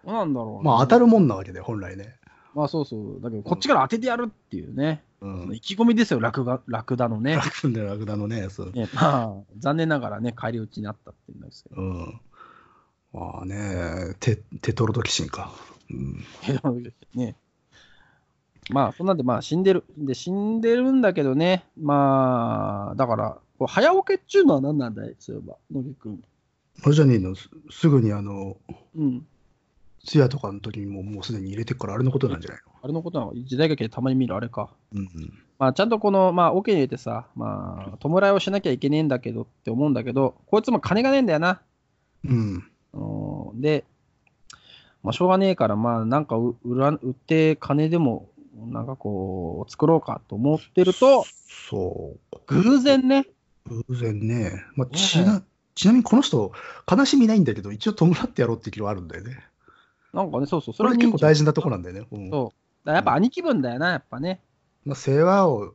B: どうなんだろうね
A: まあ当たるもんなわけで、本来ね。
B: まあそうそう。だけど、こっちから当ててやるっていうね。
A: うん。
B: 意気込みですよ、ラクガラクダのね。
A: 楽でラクダのね、そう。
B: ねまあ、残念ながらね、帰り討ちになったっていうんですけど。
A: うん。まあね、テテトロドキシンか。うん。
B: ね。まあ、そんなんで、まあ、死んでる。で、死んでるんだけどね。まあ、だから、こう早起きっちゅうのは何なんだいそういえば、野木くん。
A: ロジャニーのすすぐにあの、
B: うん。
A: 通夜とかの時にももうすでに入れてっから、あれのことなんじゃない
B: あれのことなの時代劇でたまに見るあれか。
A: のうん。
B: まあ、ちゃんとこの、まあ、桶に入れてさ、まあ、弔いをしなきゃいけねえんだけどって思うんだけど、こいつも金がねえんだよな。
A: うん。
B: うんで、まあ、しょうがねえから、まあ、なんかう売らん売って金でも、なんかこう、作ろうかと思ってると、
A: そう。
B: 偶然ね、
A: 偶然ね。まあ、
B: ね
A: ちな、ちなみにこの人、悲しみないんだけど、一応弔ってやろうって気はあるんだよね。
B: なんかね、そうそう、そ
A: それ
B: れ
A: は
B: は
A: 結構大
B: 事。
A: 事なとこなんだよね。うん。
B: そう。だからやっぱ兄貴分だよな、やっぱね。
A: まあ、世話を、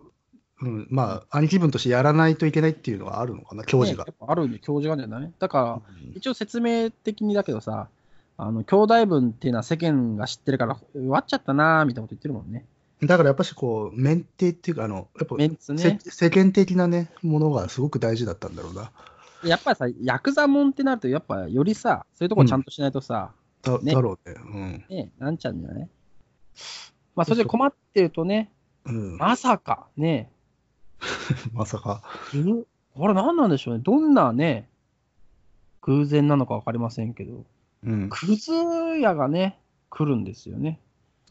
A: うん、まあ、兄貴分としてやらないといけないっていうのがあるのかな、教授が
B: ね。やっぱあるんで、教授がじゃないだから、
A: うん
B: 一応説明的にだけどさ、あの、兄弟分っていうのは世間が知ってるから、割っちゃったなーみたいなこと言ってるもんね。
A: だからやっぱしこう、免停っていうか、あの、やっぱ、
B: メンツね。
A: せ世間的なね、ものがすごく大事だったんだろうな。
B: やっぱりさ、ヤクザもんってなると、やっぱよりさ、そういうとこちゃんとしないとさ、
A: だ,、
B: ね
A: だろうね。
B: ね、なんちゃうんじゃないまあ、それで困ってるとね、
A: うん。うん、
B: まさかね、
A: まさか。
B: うんあれ何なんでしょうね。どんなね、偶然なのか分かりませんけど、
A: うん。
B: クズ屋がね、来るんですよね。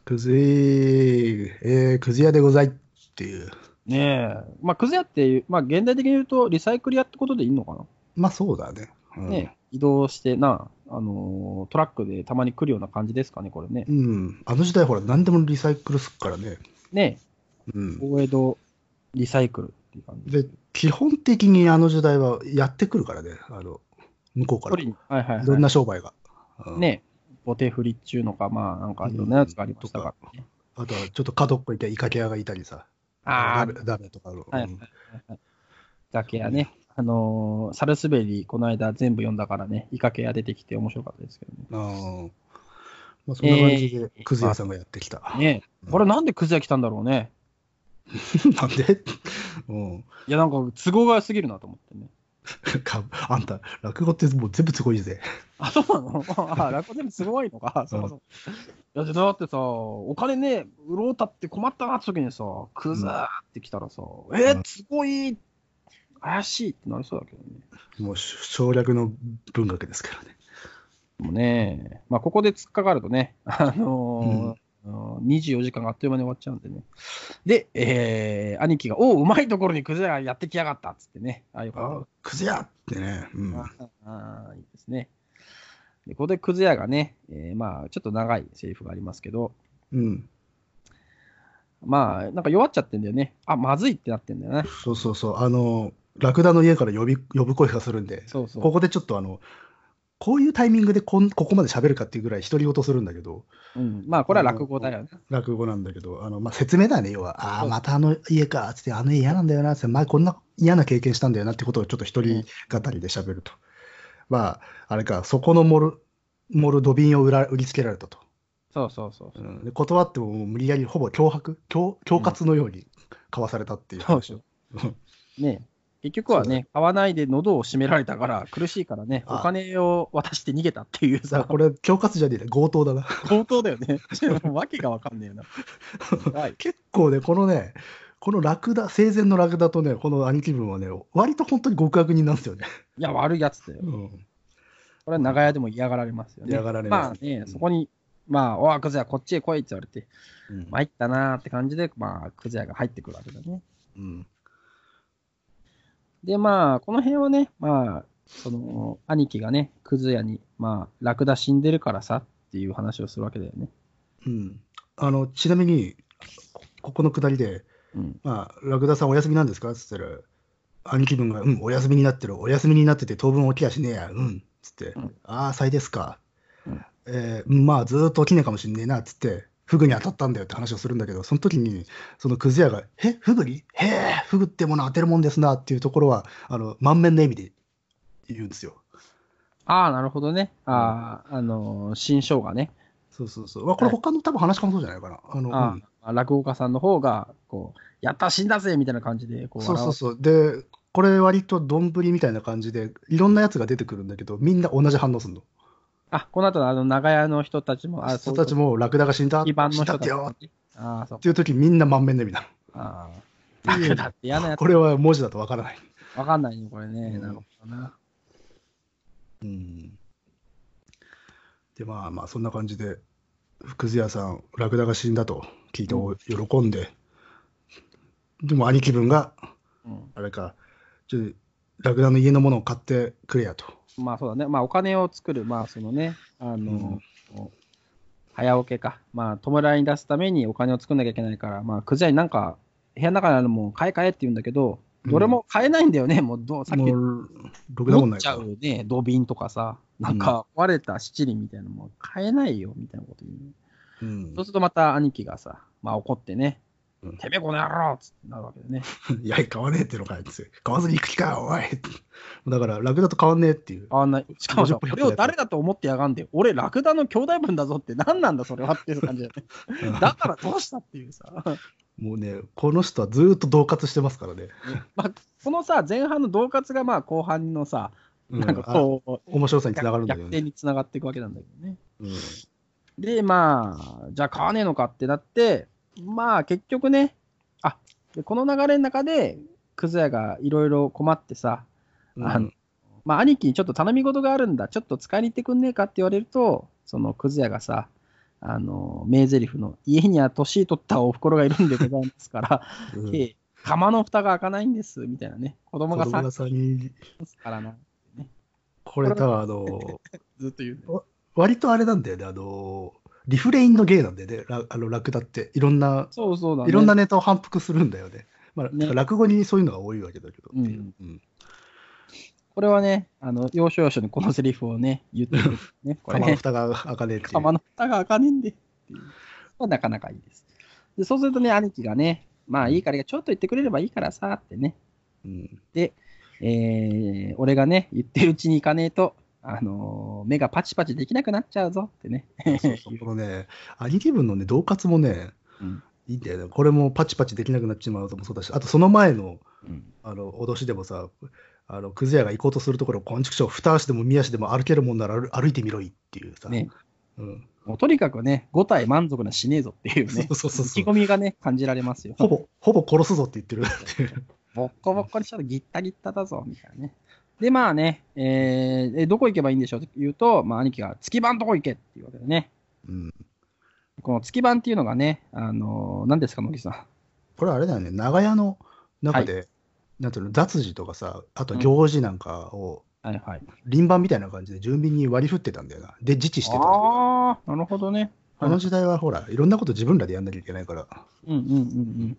A: くずい、えー、くず屋でございっていう。
B: ねえ。まあ、クズ屋っていう、まあ、現代的に言うと、リサイクル屋ってことでいいのかな、
A: まあそうだね。うん、
B: ね移動してな、あのートラックでたまに来るような感じですかね、これね。
A: うん。あの時代ほら、何でもリサイクルすっからね。
B: ね
A: うん。
B: 大江戸リサイクルっていう感じ。
A: で、基本的にあの時代はやってくるからね、あの、向こうから。
B: 取りに、はいはい、はい。
A: いろんな商売が。うん
B: ねボテフリっちゅうのか、まあ、なんかいろんなやつがありましたからね。
A: あとはちょっと角っこいたイカケ屋がいたりさ。ダ
B: あ
A: メダメとかの。
B: あ、はいは
A: う
B: い
A: ん
B: はいはい。だけやね。あのー、サルスベリ、この間全部読んだからね、イカ系が出てきて面白かったですけどね。
A: あーまあ、そんな感じで、くず屋さんがやってきた。
B: ね
A: うん
B: これなんでクズ屋来たんだろうね。
A: なんで、 うん、
B: いや、なんか都合が良すぎるなと思 ってね。
A: かあんた、落語ってもう全部すごいぜ。
B: あ、そうなのあ、落語全部すごいのか。そうそう。いや、じゃあだってさ、お金ね、売ろうたって困ったなって時にさ、クズーって来たらさ、えー、すごい、怪しいってなりそうだけどね。
A: もうし省略の文学ですからね。
B: もうね、まあ、ここで突っかかるとね、 あのーあのー24時間があっという間に終わっちゃうんでね。で、えー兄貴が、おお、うまいところにクズ屋がやってきやがったっつってね。ああ、よ
A: あ
B: かっ
A: くず屋ってね、う
B: た。
A: ん
B: ああー、いいですね。で、ここでクズ屋がね、えーまあ、ちょっと長いセリフがありますけど、
A: うん、
B: まあ、なんか弱っちゃってんだよね。あ、まずいってなってんだよね。
A: そうそうそう、あの、ラクダの家から呼び呼ぶ声がするんで、
B: そうそう。
A: ここでちょっとあの、こういうタイミングでこんここまで喋るかっていうぐらい独り言するんだけど、
B: うん、まあ、これは落語だよね。
A: 落語なんだけど、あのまあ、説明だね、要は、あ
B: そ
A: あ、
B: う
A: またあの家か、つって、あの家嫌なんだよな、つって、前こんな嫌な経験したんだよなってことをちょっと一人語りで喋ると。まあ、あれか、そこのモル、モルドビンを売ら売りつけられたと。
B: そうそうそう
A: う
B: そう。
A: んで断ってももう無理やりほぼ脅迫、強恐喝のように交わされたっていう話を。うん
B: ね結局はね、買わないで喉を締められたから、苦しいからね、
A: あ
B: お金を渡して逃げたっていう
A: さあ、
B: さ、
A: これ、恐喝じゃねえな、強盗だな。
B: 強盗だよね。 もう訳がわかんねえな。 はい。
A: 結構ね、このね、このラクダ、生前のラクダとね、この兄貴分はね、割と本当に極悪人なんですよね。
B: いや、悪いやつだよ。
A: うん、
B: これは長屋でも嫌がられますよね。
A: 嫌がられ
B: ま
A: ま
B: あ
A: す。
B: ね、そこに、まあ、おい、クズヤ、こっちへ来いって言われて、
A: うん
B: 参ったなーって感じで、まあ、クズヤが入ってくるわけだね。
A: うん
B: で、まあ、この辺はね、まあ、その、兄貴がね、クズヤに、まあ、ラクダ死んでるからさっていう話をするわけだよね。
A: うん、あのちなみに、こここの下りで、
B: うん。
A: まあ、ラクダさんお休みなんですかっつったら、兄貴分が、うん、お休みになってる、お休みになってて当分起きやしねえや、うん、つって、
B: うん
A: ああ、最ですか、
B: うん
A: えーうんまあ、ずーっと起きねえかもしんねえな、つって、フグに当たったんだよって話をするんだけど、その時に、そのクズ屋が、え、フグにへえ、フグってもの当てるもんですな、っていうところは、あの、満面の意味で言うんですよ。
B: ああ、なるほどね。ああ、あのー新生姜ね。
A: そうそうそう。まあ、これ
B: はい
A: 他の多分話かもそうじゃないかな。あの、
B: あ
A: うん
B: ーまあ、落語家さんの方が、こう、やった、死んだぜみたいな感じで、こう、
A: そう
B: 笑
A: そううそう。で、これ割と丼みたいな感じで、いろんなやつが出てくるんだけど、みんな同じ反応するの。
B: あ、この後のあの長屋の人たちも、あ、
A: 人たちもラクダが死んだ、
B: 基盤
A: 死
B: の
A: んだっ
B: 人
A: たて
B: ち
A: よっ
B: も。ああ、そう
A: ていう時みんな満面の意味なの。
B: ああ。
A: っていう
B: 楽だって嫌なやつ
A: こ。れは文字だとわからない。
B: わかんないね、これね。
A: うん
B: なるほどな。
A: うん。で、まあまあ、そんな感じで、福津屋さん、ラクダが死んだと聞いてお喜んで、でも兄貴分が、
B: うん。
A: あれか、ちょっとラクダの家のものを買ってくれやと。
B: まあそうだね。まあお金を作る、まあそのね、あの、早請けか。まあ弔いに出すためにお金を作んなきゃいけないから、まあクジャになんか、部屋の中にあるもん買え買えって言うんだけど、どれも買えないんだよね、もうどう、さっ
A: も
B: き言っ
A: う、ろくなもん
B: 持
A: な
B: っ
A: い
B: ちゃ
A: か。
B: うね、土瓶とかさ、なんか壊れた七輪みたいなのも買えないよ、みたいなこと言うね。
A: うん
B: そうするとまた兄貴がさ、まあ怒ってね、
A: うん
B: てめえこの野郎っつってなるわけでね。
A: いや、買わねえってのかいっつって買わずに行く気か、おい。だから、ラクダと変わんねえっていう。
B: あんない。しかもさ
A: 50
B: これを誰だと思ってやがんで、俺、ラクダの兄弟分だぞって、何なんだそれはっていう 感じだね。だからどうしたっていうさ。
A: もうね、この人はずーっと恫喝してますからね。
B: まあ、このさ、前半の恫喝がまあ後半のさ、
A: うん
B: なんか
A: あ
B: こう、
A: 面白さにつなが
B: 逆
A: るんだけど
B: 転
A: ね。
B: につながっていくわけなんだけどね。
A: うん
B: で、まあ、じゃあ買わねえのかってなって、まあ結局ね、あでこの流れの中で、クズヤがいろいろ困ってさ、
A: うん
B: あのまあ、兄貴にちょっと頼み事があるんだ、ちょっと使いに行ってくんねえかって言われると、そのクズヤがさ、あの、名台詞の、家には年取ったお袋がいるんでございますから、
A: うん
B: ええ釜の蓋が開かないんです、みたいなね。子供
A: 子
B: が
A: 供
B: 3
A: がさ人、
B: ですからな。
A: これ多分あ の、
B: ずっと言うね。
A: 割とあれなんだよね、あの、リフレインの芸なんだよね、ラあのラクダって。いろんな、
B: そうそうだね。
A: いろんなネタを反復するんだよね。まあ、
B: ね
A: 落語にそういうのが多いわけだけど。
B: うん
A: うん
B: これはね、あの、要所要所にこのセリフをね、言ってくる、ね。こ
A: 釜
B: れ
A: の
B: ね、
A: 蓋が開かねえっていう。
B: 釜の蓋が開かねえんでっていう。まあなかなかいいです。で、そうするとね、兄貴がね、まあいいから、ちょっと言ってくれればいいからさ、ってね。
A: うん
B: えー、俺がね、言ってるうちに行かねえと、あのー目がパチパチできなくなっちゃうぞってね。
A: そうそうこのね、アニリブンのね、恫喝もね、
B: うん
A: いいんだよね。これもパチパチできなくなっちまうともそうだし、あとその前の
B: うん
A: あの脅しでもさ、あのクズ屋が行こうとするところを、こんちくしょう、二足でも三足でも歩けるもんなら歩歩いてみろいっていうさ、
B: ね
A: うん、
B: もうとにかくね、5体満足なしねえぞっていうね、
A: そうそうそうそう
B: 意気込みがね、感じられますよ。
A: ほぼ、ほぼ殺すぞって言ってるっていう。
B: ボッコボッコにしたらギッタギッタだぞ、みたいなね。で、まあね、えーえどこ行けばいいんでしょうって言うと、まあ兄貴が月番のとこ行けっていうわけでね。
A: うん、
B: この月番っていうのがね、あのー何ですか、野木さん。
A: これあれだよね、長屋の中で、なんていうの、雑事とかさ、あと行事なんかを、
B: はいはい。
A: 輪番みたいな感じで住民に割り振ってたんだよな。で、自治してたんだよ
B: ああ、なるほどね。
A: あの時代はほら、いろんなこと自分らでやんなきゃいけないから、
B: うんうんうんうん。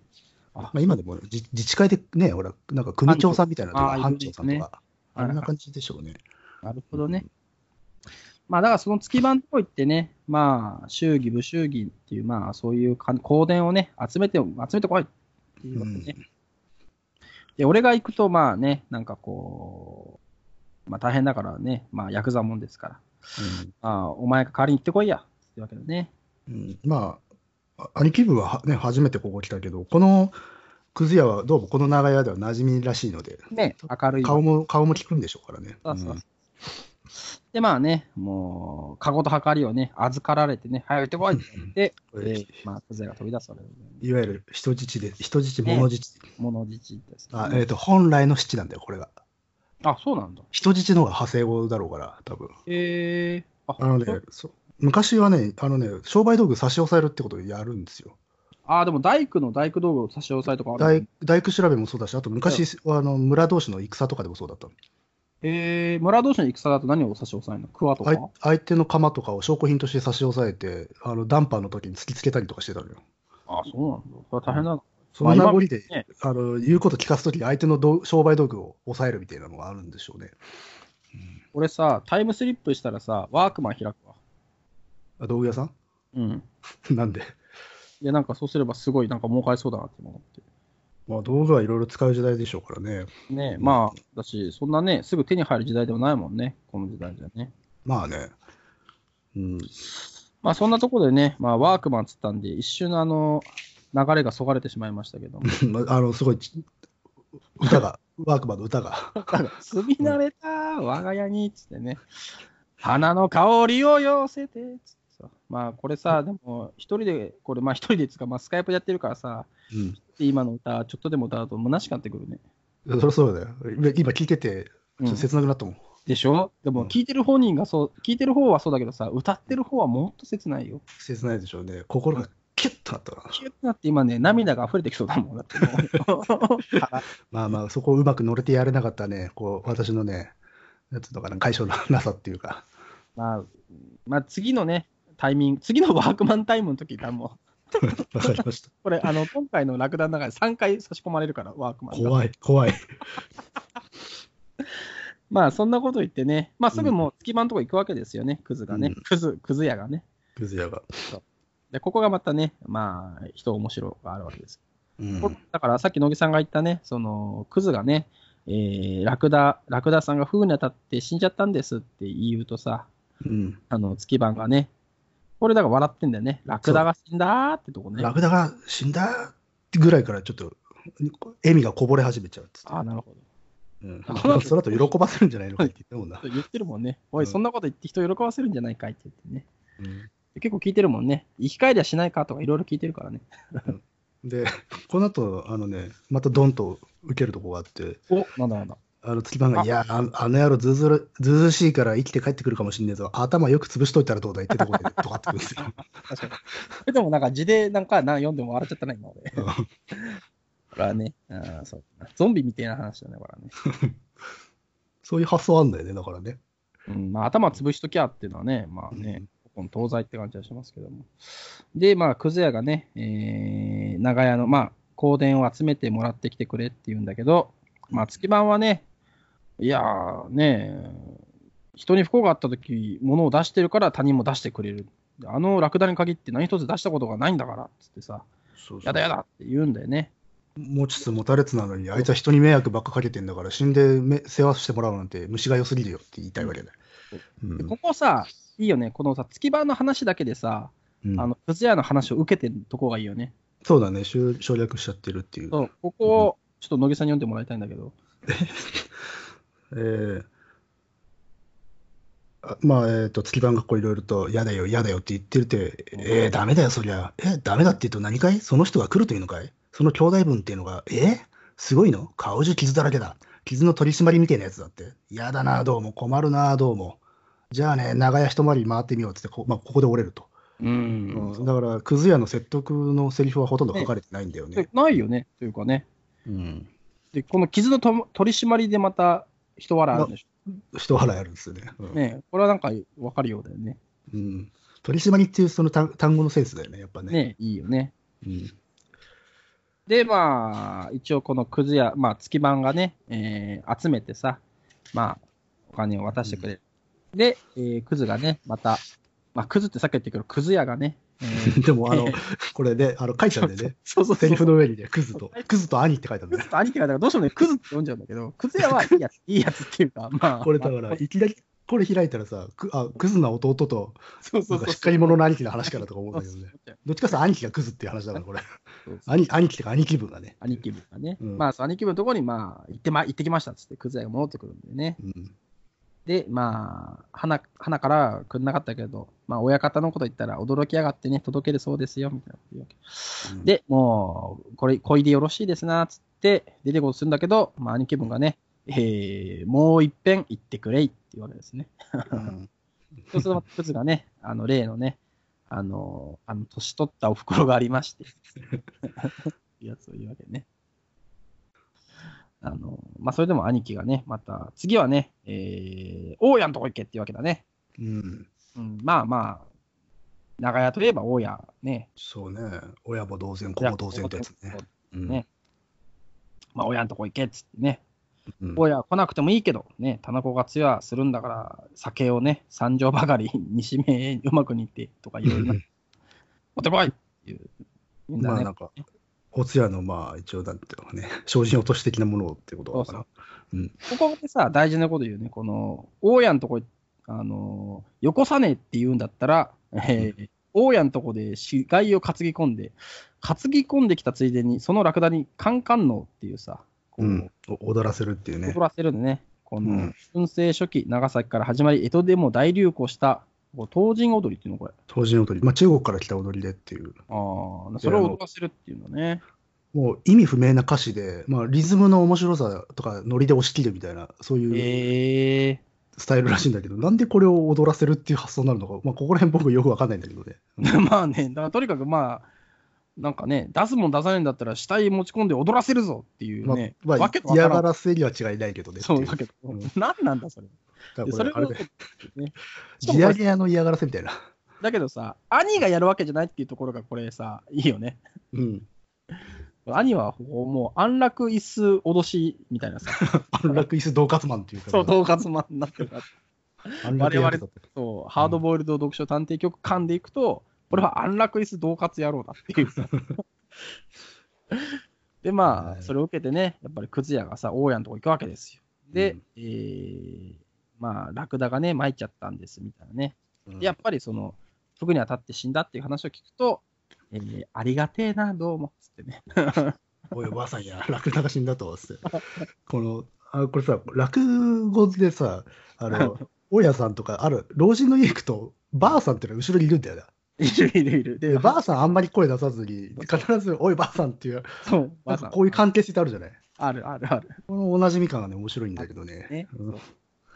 A: まあ、今でも自自治会でね、ほら、なんか組長さんみたいなのとか、
B: 班
A: 班
B: 長
A: 長さんとか、
B: あい
A: あ
B: るね
A: んな感じでしょうね。
B: なるほどね。まあだからその月番のとこ行ってね、まあ、祝儀、武祝儀っていう、まあそういうか香典をね、集めて、集めてこいっていうわけでね。で、俺が行くと、まあね、なんかこう、まあ大変だからね、まあヤクザもんですから、まあお前が代わりに行ってこいや、っていうわけでね。
A: うんうんまあ、あ兄貴分ははね、初めてここ来たけど、このくず屋はどうもこの長屋では馴染みらしいので、
B: ね、明るい。
A: 顔も顔も利くんでしょうからね。
B: そうそう
A: うん
B: で、まあね、もう、カゴとはかりをね、預かられてね、早く行ってこいって言って、
A: うん
B: で、まあ、クゼが飛び出すわけで、
A: いわゆる人質で、人質、物質、
B: 物質です、
A: あえーと、本来の質なんだよ、これが。
B: あ、そうなんだ。
A: 人質の方が派生語だろうから、多分
B: へえー。
A: あのね、そ昔はね、あのね、商売道具差し押さえるってことをやるんですよ。
B: ああ、でも大工の大工道具を差し押さえとかある
A: 大大工調べもそうだし、あと昔はあの村同士の戦とかでもそうだったの
B: ええー、村同士の戦だと何を差し押さえるの桑とか
A: あい相手の鎌とかを証拠品として差し押さえて、あのダンパーの時に突きつけたりとかしてたのよ。
B: あそうなんだ。それは大変なんだ。
A: その名残で、
B: ね
A: あの言うこと聞かす時に相手の道商売道具を抑えるみたいなのがあるんでしょうね。
B: 俺さ、タイムスリップしたらさ、ワークマン開くわ。
A: あ道具屋さん
B: うん。
A: なんで、
B: いや、なんかそうすればすごい、なんか儲かりそうだなって今思って。
A: まあ、道具はいろいろ使う時代でしょうからね。
B: ねえ、まあ、だし、そんなね、すぐ手に入る時代でもないもんね、この時代じゃね。
A: まあね。うん、
B: まあ、そんなところでね、まあ、ワークマンつったんで、一瞬、あの、流れがそがれてしまいましたけど も。
A: まあのすごいち歌が、ワークマンの歌が。
B: 住み慣れた我が家にっつってね、花の香りを寄せてっつってさ、まあこれさ、でも一人で、これまあ一人でっつうか、まあスカイプでやってるからさ、
A: うん
B: 今の歌、ちょっとでも歌うと虚しくなってくるね。
A: そりゃそうだよ。今今聞いてて、ち
B: う
A: ょっ
B: ん
A: と切なくなったもん。
B: でしょでも聞いてる本人がそう、聞いてる方はそうだけどさ、歌ってる方はもっと切ないよ。
A: 切ないでしょうね。心がキュッとなったな。
B: キュッてなって今ね、涙が溢れてきそうだもん。だっても う
A: まあまあ、そこをうまく乗れてやれなかったね、こう、私のね、なんつうのかな、解消のなさっていうか、
B: まあ、まあ次のね、タイミング、次のワークマンタイムの時だもう、
A: わかりました。
B: これ、あの、今回のラクダの中で3回差し込まれるから、ワークマンが。
A: 怖い、怖い。
B: まあそんなこと言ってね、まあすぐもう月番のとこ行くわけですよね、クズがね、
A: うん
B: クズ、クズ屋がね。
A: クズ屋が。
B: で、ここがまたね、まあ、人面白があるわけです。
A: うん
B: これだからさっき野木さんが言ったね、その、クズがね、えー、ラクダ、ラクダさんが風に当たって死んじゃったんですって言うとさ、
A: うん
B: あの、月番がね、これだから笑ってんだよね。ラクダが死んだーってとこね。
A: ラクダが死んだぐらいからちょっと笑みがこぼれ始めちゃうっつって
B: ああ、なるほど。
A: うん
B: あそうなんだ
A: その後喜ばせるんじゃないのかって言 ってたもんな。
B: 言ってるもんね。お
A: う
B: い、
A: ん
B: そんなこと言って人喜ばせるんじゃないかいって言ってね。
A: うん
B: 結構聞いてるもんね。生き返りはしないかとかいろいろ聞いてるからね。
A: で、この後、あのね、またドンと受けるとこがあって、
B: おなんだなんだ。
A: あの月番が、
B: あ
A: いや、ああの野郎ずうずる、ずうずうしいから生きて帰ってくるかもしんねえぞ、頭よく潰しといたらどうだいってとこで、とかってくるん ですよ。
B: 確かに。えでもなんか字でなんかな読んでも笑っちゃったな、今俺。
A: う ん
B: これはね、あーそうゾンビみたいな話だね、これはね。
A: そういう発想あんだよね、だからね。
B: うん、まあ頭潰しときゃっていうのはね、まあ
A: う
B: ね
A: ん、
B: 古今東西って感じはしますけども。で、まあ、クズ屋がね、えー、長屋の、まあ、香典を集めてもらってきてくれって言うんだけど、まあ、月番はね、いやーね、人に不幸があった時物を出してるから他人も出してくれる。であのラクダに限って何一つ出したことがないんだからっつってさ、
A: そう
B: やだやだって言うんだよね。
A: 持ちつ持たれつなのに、あいつは人に迷惑ばっかかけてんだから、死んでめ世話してもらうなんて虫が良すぎるよって言いたいわけだよ。うん
B: でここさ、いいよね、このさ、月番の話だけでさ、
A: うん
B: あのクズ屋の話を受けてるとこがいいよね。
A: そうだね、省省略しちゃってるっていう。
B: そう、ここを、ちょっと野木さんに読んでもらいたいんだけど。
A: えーあまあ、えー、と月番がこういろいろと「やだよやだよ」って言ってるって「えー、ダメだよそりゃえダメだって言うと何かいその人が来るというのかいその兄弟分っていうのがえすごいの顔中傷だらけだ傷の取り締まりみたいなやつだってやだなどうも困るなどうもじゃあね長屋一回り回ってみようっつってこ,、まあ、ここで折れると、
B: う
A: うんだからクズ屋の説得のセリフはほとんど書かれてないんだよね、
B: ないよね、というかね。
A: うん、
B: で、この傷のと取り締まりでまた、人笑いあるんでし
A: 人払いあるんですよね,うん、
B: ょ。ねこれはなんかわかるようだよね。
A: うん、取り締まりっていうその単単語のセンスだよねやっぱね
B: ねいいよね。
A: うん
B: で、まあ、一応このクズ屋、まあ、月番がね、えー集めてさ、まあ、お金を渡してくれる。で、えークズがね、また、まあ、クズってさっき言ったけど、クズ屋がね、え ー
A: でも、あの、これね、あの、書いてあるんだよね。
B: そうそうそ
A: セ
B: う
A: リフの上にね、クズと、クズと兄って書いてあるん
B: ク
A: だよ
B: ズ。と兄貴がだからどうしてもね、クズって呼んじゃうんだけど、クズ屋はいいやつ、いいやつっていうか、まあ。
A: これだ から、いきなり、これ開いたらさ、くあクズな弟と、
B: そうそ
A: な
B: うんそう
A: かしっかり者の兄貴の話からとか思うんだけどね。どっちかさ、兄貴がクズっていう話だから、これ。兄兄貴っていうか、兄貴分がね。
B: 兄貴分がね、
A: うん
B: まあその兄貴分のところにまあ行ってま行ってきましたっつってクズ屋が戻ってくるんでね
A: うん。
B: でまあ花花からくんなかったけどまあ親方のこと言ったら驚きやがってね届けるそうですよみたいなこと言うわけ
A: うん、
B: でもうこれ恋でよろしいですなっつって出てこうとするんだけどまあ兄貴分がねえー、もう一遍言ってくれいって言われですね。
A: うん
B: そうすると、クズがね、あの、例のね、あの、あの、年取ったお袋があり まして、いうやつを言うわけね。あの、まあ、それでも兄貴がね、また、次はね、えー、大家のとこ行けっていうわけだね。
A: うん。
B: うん、まあまあ、長屋といえば大家ね。
A: そうね。親も同然、子も同然ってやつね。うん
B: ねまあ、親のとこ行けっつってね。
A: うん
B: 大家は来なくてもいいけど、ね、田中が通夜するんだから、酒をね、三条ばかり、西目へうまくに行って、とかいろいろな。持ってこいっていう。言うんだ
A: まあ、
B: ね
A: なんか、お通夜の、まあ、一応、なんていうのかね、精進落とし的なものをってことだかな。
B: ここでさ、大事なこと言うね。この、大家のとこ、あのーよこさねえって言うんだったら、えー大家のとこで死骸を担ぎ込んで、担ぎ込んできたついでに、そのラクダにカンカンのっていうさ、こう、
A: うん。お踊らせるっていうね
B: 踊。らせるんでね、こ
A: う
B: の
A: ん、
B: 文政初期、長崎から始まり、江戸でも大流行した、こう東人踊りっていうの、これ。
A: 当時の踊り、まあ、中国から来た踊りでっていう。
B: ああ、それを踊らせるっていうのね。
A: もう意味不明な歌詞で、まあ、リズムの面白さとかノリで押し切るみたいな、そういう
B: ええ
A: スタイルらしいんだけど、なんでこれを踊らせるっていう発想になるのか、まあ、ここら辺僕よくわかんないんだけどね。
B: まあね、だからとにかくまあ、なんかね、出すもん出さないんだったら、死体持ち込んで踊らせるぞっていう
A: まあ
B: ね、
A: まあ
B: わけのわか
A: 嫌
B: ら
A: が
B: ん。
A: らせには違いないけどねって
B: そ
A: いうう。
B: だけど、
A: うん
B: 何なんだそれ。
A: だ
B: で
A: か
B: そ
A: ら
B: れ
A: こ
B: を
A: れ、あれで、
B: ねしかも
A: ギラ
B: これ
A: ギラの嫌がらせみたいな。
B: だけどさ、兄がやるわけじゃないっていうところがこれさ、いいよね。
A: うん。
B: 兄はもう安楽椅子脅しみたいなさ、
A: 安楽椅子同活マンっていうか、
B: そう、統括マンになってるから
A: 安楽やるだって
B: そう、ハードボイルド読書探偵局 間でいくと、これは安楽椅子同活野郎だっていう。で、まあ、
A: はい
B: それを受けてね、やっぱり靴屋がさ、大家のとこ行くわけですよ。で、
A: うん
B: えーまあ、ラクダがね、参っちゃったんです、みたいなね。
A: うん
B: でやっぱりその、服に当たって死んだっていう話を聞くと、えーありがてえな、どうも、つってね。
A: おい、ばあさんや、ラクダが死んだと、つって。この、あこれさ、落語でさ、あ の、大家さんとか、ある、老人の家行くと、ばあさんっていうのは後ろにいるんだよな。
B: いるいるいる。
A: で、ばあさんあんまり声出さず に、必ず、おい、ばあさんっていう、
B: そう、
A: な
B: ば
A: んか
B: あさん
A: こういう関係性ってあるじゃない。
B: あるあるある。
A: このおなじみ感がね、面白いんだけどね。
B: ね。
A: うん
B: そう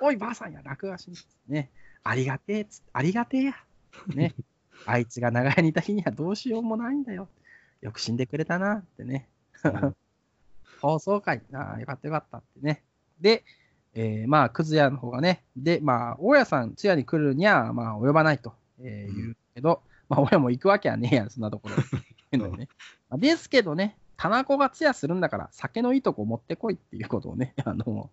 B: おい、ばあさんや、楽足に。ね。ありがてえつ、ありがてえや。 ね。あいつが長屋にいた日にはどうしようもないんだよ。よく死んでくれたなってね。
A: うん
B: 放送会、ああ、よかったよかったってね。で、えーまあ、くず屋の方がね、で、まあ、大家さん、通夜に来るには、まあ、及ばないと、えー
A: うん
B: 言うけど、まあ、大家も行くわけはねえやん、そんなところ。っていうのねまあですけどね、棚子が通夜するんだから、酒のいいとこ持ってこいっていうことをね、 あの、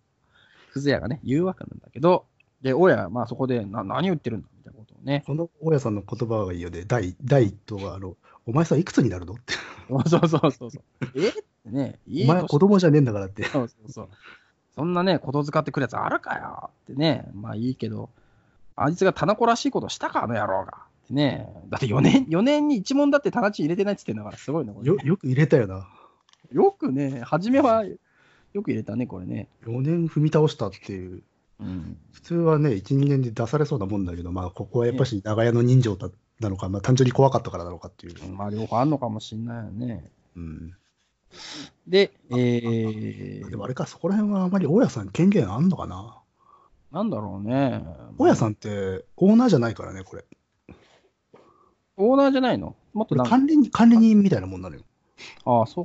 B: くず屋がね、言うわけなんだけど、で、大家は、まあ、そこで、な何言ってるんだみたいなことをね、
A: この大家さんの言葉がいいよね。第第一党は、あの、お前さ、いくつになるのって。
B: そうそうそうそう そう。えってね、い
A: お
B: い
A: 前
B: 年
A: 子供じゃねえんだからって。
B: そうそうそう。そんなね、ことづかってくるやつあるかよってね、まあいいけど、あいつがタナコらしいことしたか、あの野郎が。ってね、だって4年 ,4 年に1問だってタナチ入れてないっつってんだから、すごいな、これ
A: よ、よく入れたよな。
B: よくね、初めはよく入れたね、これね。
A: 4年踏み倒したっていう。
B: うん、
A: 普通はね、1、2年で出されそうなもんだけど、まあ、ここはやっぱし長屋の人情だなのか、まあ、単純に怖かったからなのかっていう。
B: まあ両方あんのかもしんないよね。
A: うん。
B: で、え
A: でもあ
B: ー、
A: れか、そこら辺はあまり大家さん権限あんのかな。
B: なんだろうね。
A: 大家さ
B: ん
A: んってオーナーじゃないからね、これ。
B: オーナーじゃないのもっと
A: これ
B: なんか、
A: 管理人管理人みたいなもんなのよ。
B: ああ、そ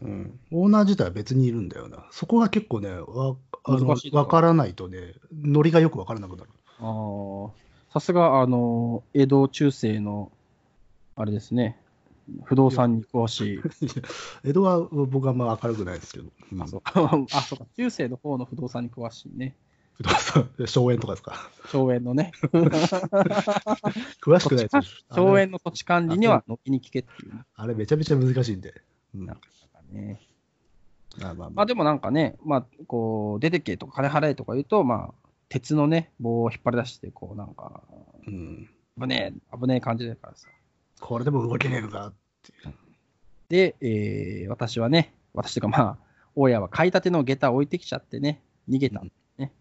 A: うん、オーナー自体は別にいるんだよな。そこが結構ね、わあの
B: 難しいとこ
A: わからないとね、ノリがよくわからなくなる。
B: っか。ああ、さすが、あの、江戸中世の、あれですね、不動産に詳しい。
A: 江戸は僕はあんま明るくないですけど、うん
B: あ、そうか。 あ、そうか。中世の方の不動産に詳しいね。
A: 不動産、 荘園とかですか。
B: 荘園のね。
A: 詳しくないです。
B: 荘園の土地管理には、軒に聞けっていうね。
A: あれあれめちゃめちゃ難しいんで。うん、
B: な
A: ま
B: んかね。
A: あまあ
B: ま
A: ま
B: あでもなんかね、まあ、こう、出てけとか金払えとか言うと、まあ、鉄のね、棒を引っ張り出して、こう、なんか、
A: あ、うん。
B: 危ねえ、危ねえ感じだからさ。
A: これでも動けねえのか。
B: で、えー私はね、私というかまあ、大家は買いたての下駄を置いてきちゃってね、逃げたんですね。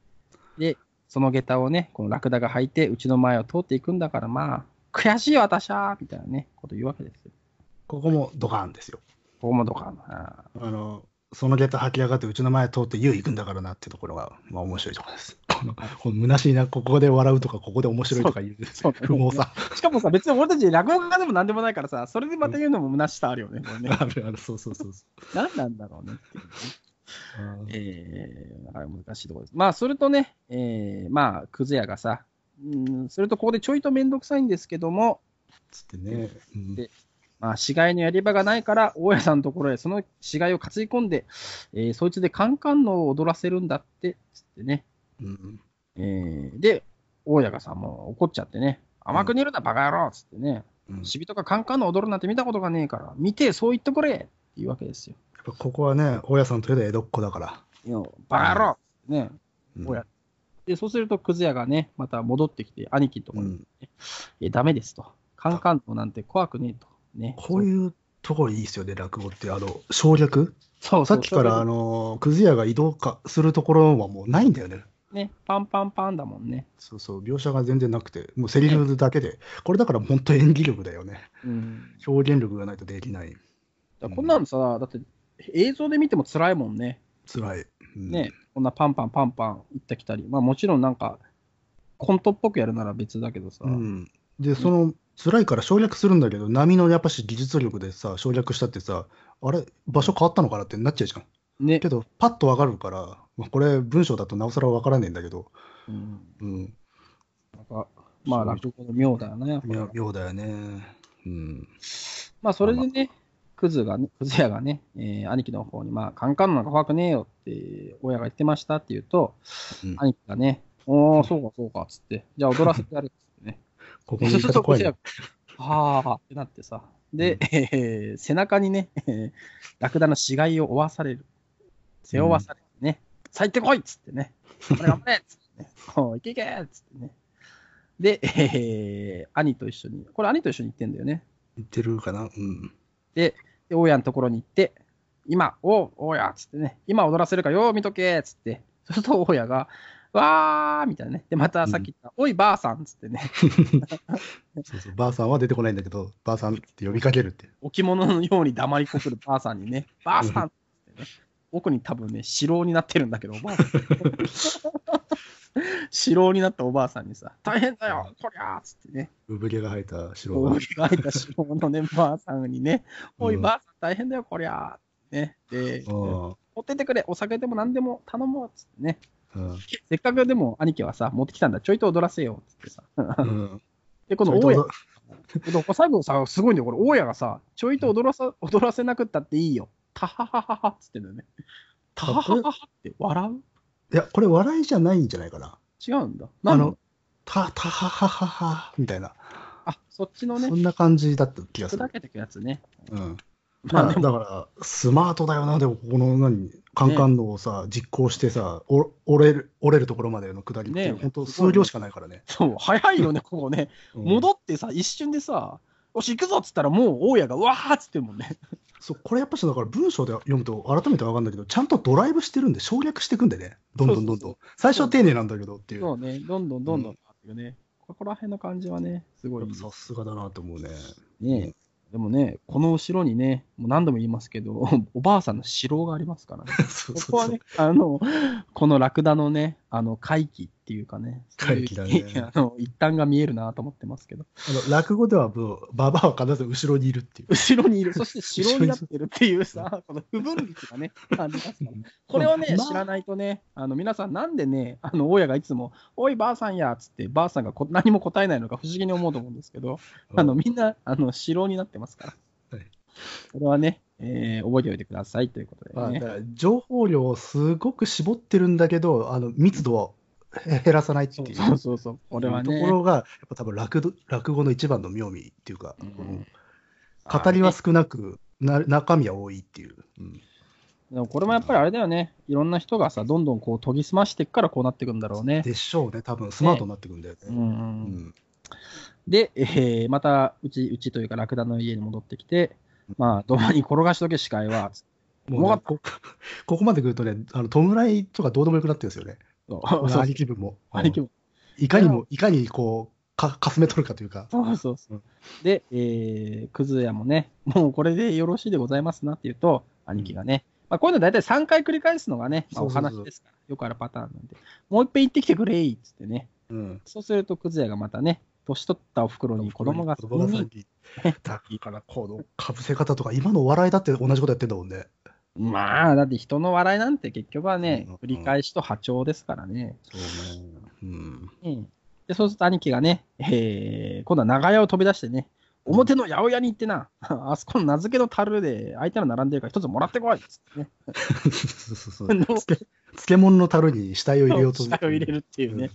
B: で、その下駄をね、このラクダが履いて、うちの前を通っていくんだから、まあ、悔しいよ、私はみたいなね、こと言うわけですよ。
A: ここもドカーンですよ。
B: ここもどうかな。
A: あの、そのゲタ吐き上がって、うちの前通って、ゆう行くんだからなってところが、まあ面白いところです。この、この虚しいな、ここで笑うとか、ここで面白いとか言う、
B: そう
A: 不毛さ。
B: しかもさ、別に俺たち落語家でも何でもないからさ、それでまた言うのも虚しさあるよね、これね。
A: あるある、そうそうそうそ
B: 何なんだろうねっていうね。
A: う。
B: えー、だから難しいところです。まあ、それとね、えー、まあ、くず屋がさ、うん、それとここでちょいとめんどくさいんですけども、
A: つってね。うん
B: でまあ、死骸のやり場がないから、大家さんのところへその死骸を担ぎ込んで、えーそいつでカンカンのを踊らせるんだって、つってね。
A: うん。
B: えーで、大家がさ、もう怒っちゃってね、甘く寝るな、バカ野郎つってね、
A: うん
B: 死人がカンカンの踊るなんて見たことがねえから、見て、そう言ってくれって言うわけですよ。
A: やっぱここはね、大家さんといえば江戸っ子だから。
B: いやバカ野郎つってね、
A: うん
B: 大家。で、そうすると、クズ屋がね、また戻ってきて、兄貴のとこ
A: う
B: に、
A: ん
B: えダメですと。カンカンのなんて怖くねえと。ね、
A: こういうところいいですよね、落語って。あの、省略
B: そう
A: さ
B: そう
A: っきから、あの、くず屋が移動かするところはもうないんだよね。
B: ね、パンパンパンだもんね。
A: そうそう、描写が全然なくて、もうセリフだけで、これだから本当演技力だよね。
B: うん。
A: 表現力がないとできない。
B: だからこんなのさ、だって映像で見ても辛いもんね。
A: 辛い。うん
B: ね、こんなパンパンパンパン行ったきたり。まあもちろんなんか、コントっぽくやるなら別だけどさ。
A: うん、で、その、辛いから省略するんだけど、波のやっぱし技術力でさ、省略したってさ、あれ、場所変わったのかなってなっちゃうじゃん。
B: ね、
A: けど、パッとわかるから、まあこれ、文章だとなおさらわからねえんだけど、
B: うん、
A: うん、
B: なんかまあ落語の妙だよね。
A: 妙妙だよね。うん、
B: まあそれでね、クズがね、クズ屋がね、えー兄貴の方に、まあ、カンカンのなんか怖くねえよって、親が言ってましたって言うと、
A: うん
B: 兄貴がね、おー、そうかそうか、つって、じゃあ踊らせてやるっつってね。
A: ここ
B: そう
A: に
B: す
A: いた
B: ると
A: と
B: こ
A: 怖
B: っ
A: い
B: ち
A: よ
B: が、はあってなってさ、で、えー背中にね、えーラクダの死骸を負わされる。背負わされてね、咲いてこいっつってね、頑張れ頑張れっつってね、おういけいけっつってね。で、えー兄と一緒に、これ兄と一緒に行ってんだよね。
A: 言ってるかなうん。
B: で、大家のところに行って、今、おう、大家っつってね、今踊らせるからよう見とけっつって、そうすると大家が、わーみたいなね。で、またさっき言った、おい、ばあさんっつってね、
A: そうそう。ばあさんは出てこないんだけど、ばあさんって呼びかけるって。
B: 置物のように黙りこくるばあさんにね、 ばあさんっつってね、奥に多分ね、城になってるんだけど、おばあさん。 城になったおばあさんにさ、大変だよ、こりゃーっつってね、
A: 産毛が生えた白
B: こ
A: が
B: う。描いた城のね、ばあさんにね、おい、
A: うん
B: ばあさん大変だよ、こりゃーってね。で、持
A: あ
B: ってってくれ、お酒でも何でも頼もうっつってね、
A: あうん
B: せっかくでも兄貴はさ、持ってきたんだ、ちょいと踊らせようっつってさ。
A: うん。
B: で、この大家でも最後さ、すごいんだよ、これ、大家がさ、ちょいと踊らさ踊らせなくったっていいよ。たははははっつってんだよね。たははははって笑う
A: いや、これ笑いじゃないんじゃないかな。
B: 違うんだ。な
A: あ
B: の
A: の、た、たはははは、みたいな。
B: あ、そっちのね
A: そ、んな感じだった気がする
B: 砕。けてくやつね。
A: うん。ま
B: まあ
A: あ、
B: で
A: だ
B: も、
A: から、スマートだよな、でも、ここの、何、カンカンのをさ、実行してさ、お折れる、折れるところまでの下りっ
B: ねえ
A: て、本当数量しかないからね。
B: そう、早いよね、ここね。
A: うん
B: 戻ってさ、一瞬でさ、よし、行くぞっつったら、もう大家が、うわーっつってんもんね。
A: そう、これやっぱし、だから文章で読むと改めて分かるんだけど、ちゃんとドライブしてるんで、省略していくんでね、どんどんどんど
B: そ
A: ん。最初は丁寧なんだけどっていう。
B: そうね、どんどんどんどんあっていうね。ここら辺の感じはね、すごい
A: や
B: い
A: っ
B: い
A: ぱ
B: です
A: さすがだなと思うね。
B: ね。でもね、この後ろにね、もう何度も言いますけど、おばあさんの城がありますからね。
A: そう
B: こ
A: そう
B: こは
A: そう
B: ね。、 あの、このラクダのね、あの、回帰っていうかね、そうい
A: 回
B: う
A: 帰だね
B: あの、一端が見えるなと思ってますけど、
A: あの落語では、もう、ババアは必ず後ろにいるっていう。
B: 後ろにいる、そして城になってるっていうさ、この不分率がね、 ありますから
A: うん
B: これをね、
A: まあ
B: 知らないとね、あの、皆さんなんでね、あの、大家がいつも、おい、ばあさんや、つって、ばあさんがこ何も答えないのか不思議に思うと思うんですけど、 あの、みんな、あの、城になってますから。
A: はい
B: これはね、えー覚えておいてくださいということで
A: まあ、
B: ね
A: だ。から情報量をすごく絞ってるんだけど、あの密度をへ減らさないって
B: そ
A: いうう
B: そうそうそう、これはね。
A: ところが、やっぱ多分落語落語の一番の妙味っていうか、
B: うん
A: うん語りは少なく、な中身は多いっていう。うん
B: でもこれもやっぱりあれだよね。いろんな人がさ、どんどんこう研ぎ澄ましていくからこうなっていくんだろうね。
A: でしょうね、多分スマートになってくるんだよ
B: う、
A: ね。うんん
B: で、えーまたうち、うちというか、ラクダの家に戻ってきて、まあ、土間に転がしとけ、視界は。つって
A: もう
B: わ
A: ね
B: か
A: こ ここまで来るとね、あの弔いとかどうでもよくなってるんですよね、
B: そうそう
A: 兄貴分も。
B: 兄貴も
A: いかにも、いかにこうか、かすめ取るかというか、
B: そうそうそ
A: う
B: う
A: ん
B: で、えー、くずやもね、もうこれでよろしいでございますなっていうと、兄貴がね、まあ、こういうの大体3回繰り返すのがね、まあ、
A: そ
B: お
A: うそうそう
B: 話ですから、よくあるパターンなんで、もう一遍行ってきてくれいっつってね、
A: うん、
B: そうするとくずやがまたね、年取ったお袋に子供が
A: 子供が
B: 三
A: 三
B: 人
A: 人だから、このかぶせ方とか、今のお笑いだって同じことやってんだもんね。
B: まあ、だって人の笑いなんて結局はね
A: うん、
B: 繰り返しと波長ですからね。
A: そうね。うん。
B: で、そうすると兄貴がね、えー今度は長屋を飛び出してね、表の八百屋に行ってな、 あそこの名付けの樽で相手の並んでるから一つもらってこいっつってね、
A: そうそうそう。
B: の
A: 漬け漬物の樽に死体を入れようと
B: 死体を入れるっていうね。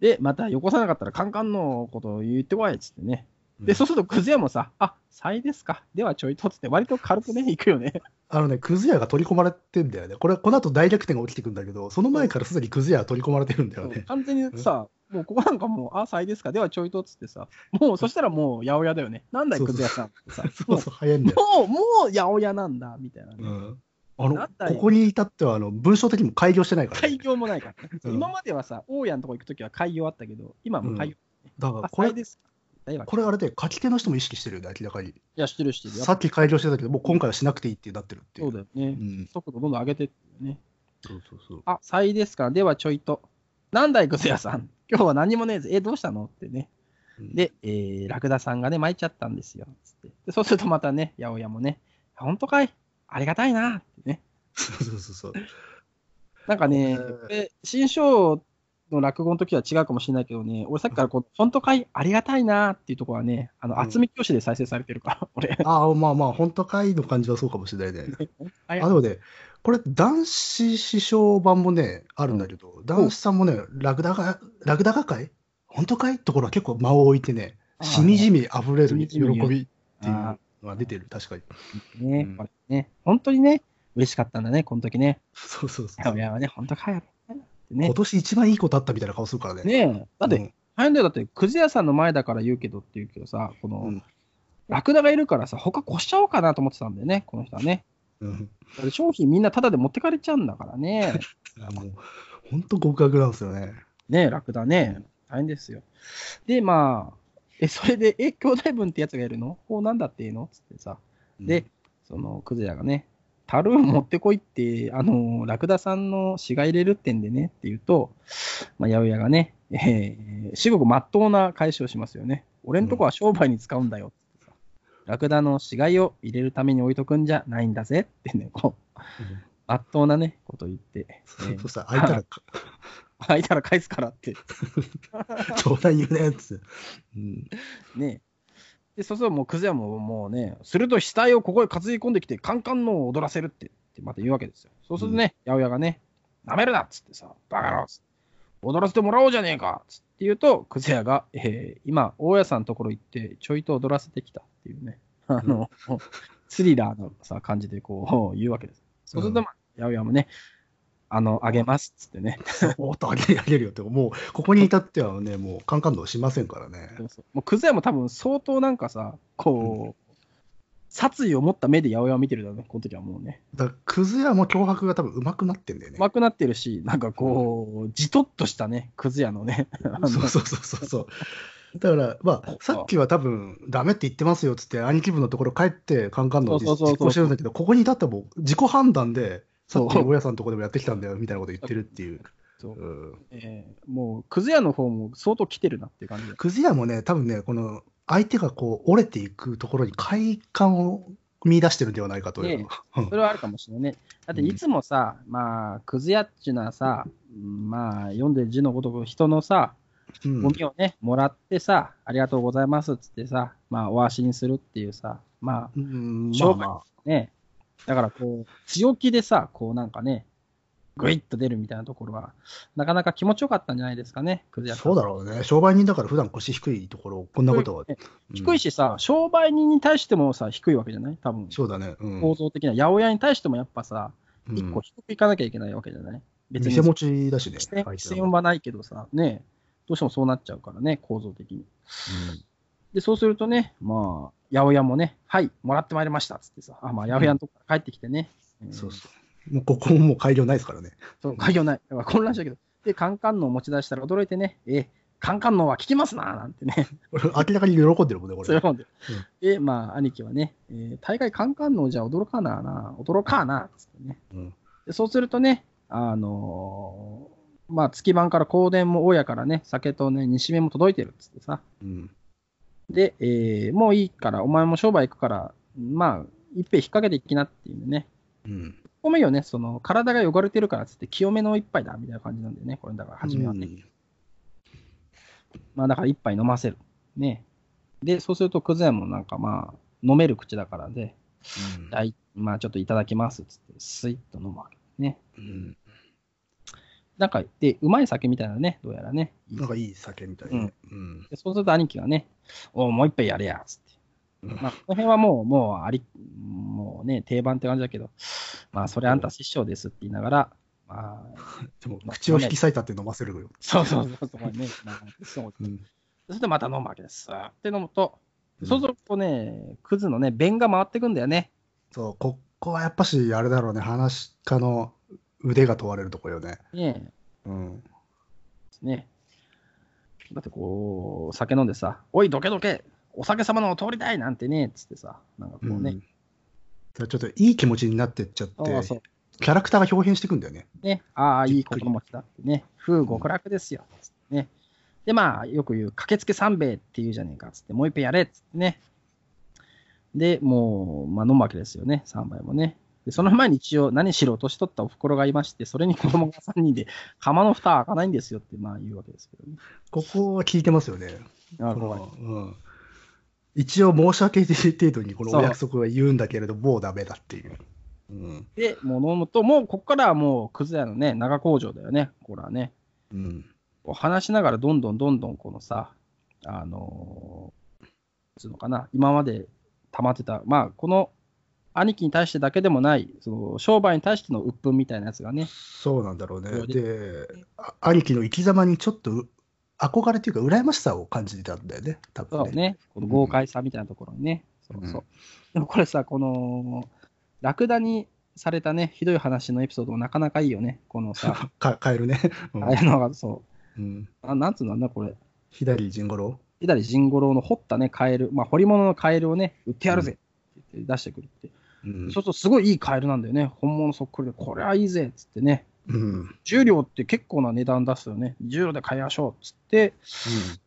B: で、またよこさなかったらカンカンのことを言ってこいっつってね。
A: うん。
B: で、そうするとクズ屋もさ、あ、才ですか。ではちょいとっつって、割と軽くね、行くよね。
A: あのね、クズ屋が取り込まれてんだよね。これ、この後大逆転が起きてくんだけど、その前からすでにクズ屋は取り込まれてるんだよね。
B: 完全にさ、もうここなんかもう、あ、才ですか、ではちょいとっつってさ、もうそしたらもう八百屋だよね。なんだい、
A: そう
B: く
A: そう
B: ず屋さんってさ。
A: そうそう、早いんだよ。
B: もう、もう八百屋なんだ、みたいな
A: う
B: ね。
A: ん。あの、
B: な
A: こ
B: んだよ
A: こに至っては、あの、文章的にも開業してないからね、
B: 開業もないからね。
A: うん
B: 今まではさ、大家のとこ行くときは開業あったけど、今はもう開業。
A: だから、
B: あ、
A: こ
B: 才
A: れ、
B: ですか。大和
A: これあれで、書き手の人も意識してるよね、明らかに。
B: いや、知ってる知ってる。やっ
A: さ
B: ぱ
A: っき開業してたけど、もう今回はしなくていいってなってるってい。
B: そううだよね。
A: うん。
B: 速度どんどん上げてってるよね。
A: そうそうそう。
B: あ、才ですか。ではちょいと。なんだい、くず屋さん。今日は何もねえぜ。え、どうしたのってね。
A: うん、
B: で、えーラクダさんがね、巻いちゃったんですよ。つってでそうするとまたね、八百屋もね、あ本当かいありがたいなってね。
A: そうそうそうそう。
B: なんかね、
A: えー
B: これ新章の落語の時は違うかもしれないけどね、俺さっきからこの、本当かいありがたいなっていうところはね、あの、
A: うん
B: 厚み教師で再生されてるから、 俺。
A: ああ、まあまあ、本当かいの感じ はそうかもしれないね。
B: あ
A: あでもね、これ、男子師匠版もね、あるんだけど、男子さんもね、ラクダが、ラクダがかい本当かいところは結構間を置いてね、
B: あー
A: しみじみ溢れる
B: しみ
A: 喜
B: じみ
A: びっっていうのが出てる、確かに。
B: ね、
A: うん
B: これね、本当にね、嬉しかったんだね、この時ね。
A: そうそうそう。
B: 親はね、本当かよ。ってね
A: 今。年一番いいことあったみたいな顔するからね。
B: ねえ、だって、
A: うん
B: 大変だよ。だって、くず屋さんの前だから言うけどって言うけどさ、この、
A: うん
B: ラクダがいるからさ、他越しちゃおうかなと思ってたんだよね、この人はね。
A: うん。
B: だって商品みんなタダで持ってかれちゃうんだか らね。
A: あもう、本当合格なんですよね。
B: ねえ、ラクダね。大変ですよ。で、まあ、え、それで、え、兄弟分ってやつがいるのこうなんだっていうのつってさ。で、その、クズヤがね、タルーン持ってこいって、あの、ラクダさんの死が入れるってんでねって言うと、まあ、八百屋がね、えー、至極真っ当な返しをしますよね。俺んとこは商売に使うんだよってさ。ラクダの死骸を入れるために置いとくんじゃないんだぜってね、こ
A: う
B: う、
A: ん、
B: 真っ当なね、こと言って、え
A: そう
B: ー
A: そうさ、開い たらか、
B: 開いたら返すからって、
A: 冗談言うねっつって。うん。
B: ね。で、そうするともうクズヤももうね、すると死体をここへ担ぎ込んできて、カンカンのを踊らせるって、ってまた言うわけですよ。そうするとね、八百屋がね、なめるなっつってさ、バカ野郎っつって踊らせてもらおうじゃねえかっつって言うと、クズヤが、えー今、大家さんのところ行って、ちょいと踊らせてきたっていうね、 あの、スリラーのさ、感じでこう、言うわけです。そうすると、まあ、八百屋もね、あの、あげますっつってね、
A: おっと上げ上げるよって、もう、ここに至ってはね、もう、カンカンのしませんからね。
B: そうそうもうクズヤも多分相当なんかさ、こう、殺意を持った目で八百屋を見てるだろうね、この時はもうね。
A: だからクズ屋も脅迫が多分上手くなってんだよね。
B: うまくなってるし、なんかこう、じとっとしたね、クズ屋のね。あ の
A: そうそうそうそうそう。だから、まあ、さっきは多分、ダメって言ってますよっつって、兄貴分のところ帰って、カンカンのを実
B: そうそうそう
A: 実
B: そう
A: 行してるんだけど、ここに至ってはもう自己判断で、さっき
B: そう
A: の親さんのところでもやってきたんだよみたいなこと言ってるっていう。
B: そう
A: うん
B: えーもう、クズ屋の方も相当来てるなっていう感じで。
A: クズ屋もね、多分ね、この相手がこう折れていくところに快感を見出してるんではないかという。
B: ね
A: うん
B: それはあるかもしれないね。だっていつもさ、まあ、クズ屋っちゅうのはさ、うんまあ、読んでる字のごとく人のさ、
A: うん
B: ゴミをね、もらってさ、ありがとうございますっつってさ、まあ、お足にするっていうさ、まあ、
A: うんまあ
B: 商売
A: ま
B: ね。だからこう、強気でさ、こうなんかね、ぐいっと出るみたいなところは、なかなか気持ちよかったんじゃないですかね、クズ
A: あ、
B: ヤさん
A: そうだろうね。商売人だから普段腰低いところ、こんなことは。
B: 低いしさ、商売人に対してもさ、低いわけじゃない多分
A: うん、、そうだね。うん
B: 構造的な、八百屋に対してもやっぱさ、
A: うん
B: 一個低くいかなきゃいけないわけじゃない別に、
A: 店持ちだしね。
B: 視線
A: 相手
B: 視
A: は
B: 線はないけどさ、ね、どうしてもそうなっちゃうからね、構造的に。で、そうするとね、まあ、八百屋もね、はい、もらってまいりましたっつってさ、あ、まあ、八百屋のとこから帰ってきてね、
A: う
B: え
A: ん
B: ー
A: そうそう。もうここももう改良ないですからね。
B: そう、概要ない。だから混乱したけど。で、カンカンのを持ち出したら驚いてね、え、カンカンのは効きますななんてね、
A: これ明らかに喜んでるもんね、こ
B: そう
A: れ
B: いう。もんで。で、まあ、兄貴はね、えー大概カンカンのじゃ驚かなあな、驚かあな、つってね。
A: うん
B: でそうするとね、あのーまあ、月番から香典も大家からね、酒とね、西目も届いてるっつってさ。
A: うん
B: で、えーもういいから、お前も商売行くから、まあ、一杯引っ掛けていきなっていうね。
A: うん。
B: ごめんよね、その、体が汚れてるからっつって、清めの一杯だ、みたいな感じなんだよね、これだから、初めはね。まあだから一杯飲ませる。ね。で、そうすると、クズヤもなんかまあ、飲める口だからで、
A: うん
B: あいまあちょっといただきますっつって、スイッと飲むわけですね。
A: うん
B: なんか、で、うまい酒みたいなね、どうやらね。
A: なんかいい酒みたいなね。うん
B: でそうすると兄貴がね、おうもう一杯やれや、つって。
A: うん
B: まあ、この辺はもう、もうあり、もうね、定番って感じだけど、まあ、それあんた師匠ですって言いながら、まあ、
A: でも口を引き裂いたって飲ませるよ。
B: そうそうそう、そこにね、まあ、そう。
A: うん
B: そしてまた飲むわけです。スーって飲むと、そうするとね、クズのね、弁が回ってくんだよね。
A: そう、ここはやっぱし、あれだろうね、話し家の腕が問われるとこよね。
B: ねえ
A: うん。
B: ですね。だってこう、酒飲んでさ、おい、どけどけ、お酒様のお通りだいなんてね、つってさ、なんかこう
A: うん
B: ね、
A: だからちょっといい気持ちになってっちゃっ
B: そうそ
A: て、
B: う
A: キャラクターが表現していくんだよね。
B: ね、ああ、
A: じ
B: い
A: っ
B: い
A: く
B: こ
A: り
B: とも来たってね、風極楽ですよ、つってね。で、まあ、よく言う、駆けつけ三兵衛って言うじゃねえか、つって、もう一杯やれ、つってね。で、もう、まあ、飲むわけですよね、三杯もね。で、その前に一応、何しろ年取ったお袋がいまして、それに子供が3人で、釜の蓋は開かないんですよって、まあ、言うわけですけどね。
A: ここは聞いてますよね。
B: ああ
A: こ
B: 怖い
A: のうん一応申し訳ない程度にこの
B: そう
A: お約束は言うんだけれど、もうダメだっていう。うん。
B: で、もう飲むと、もうここからはもう、くず屋のね、長工場だよね、これはね。
A: うん。
B: こう話しながら、どんどんどんどん、このさ、あのー、つうのかな、今まで溜まってた、まあ、この兄貴に対してだけでもない、その商売に対しての鬱憤みたいなやつがね、
A: そうなんだろうね。
B: そう
A: で、あ兄貴の生き様にちょっとう憧れというか、羨ましさを感じてたんだよね、多
B: そう
A: 分ね。
B: ね、この豪快さみたいなところにね、そうそう。でもこれさ、この、ラクダにされたね、ひどい話のエピソードもなかなかいいよね、こ のさ、
A: か変えるね。うん
B: ああいうのがそう、
A: うん、
B: あなんつうのなんだこれ、
A: 左陣五郎。
B: 左甚五郎の掘ったね、カエル、まあ、掘り物のカエルをね、売ってやるぜって言って出してくるって。
A: うん
B: そうすると、すごいいいカエルなんだよね。本物そっくりで、これはいいぜっつってね。
A: うん うん
B: 10両って結構な値段出すよね。10両で買いましょうっつって、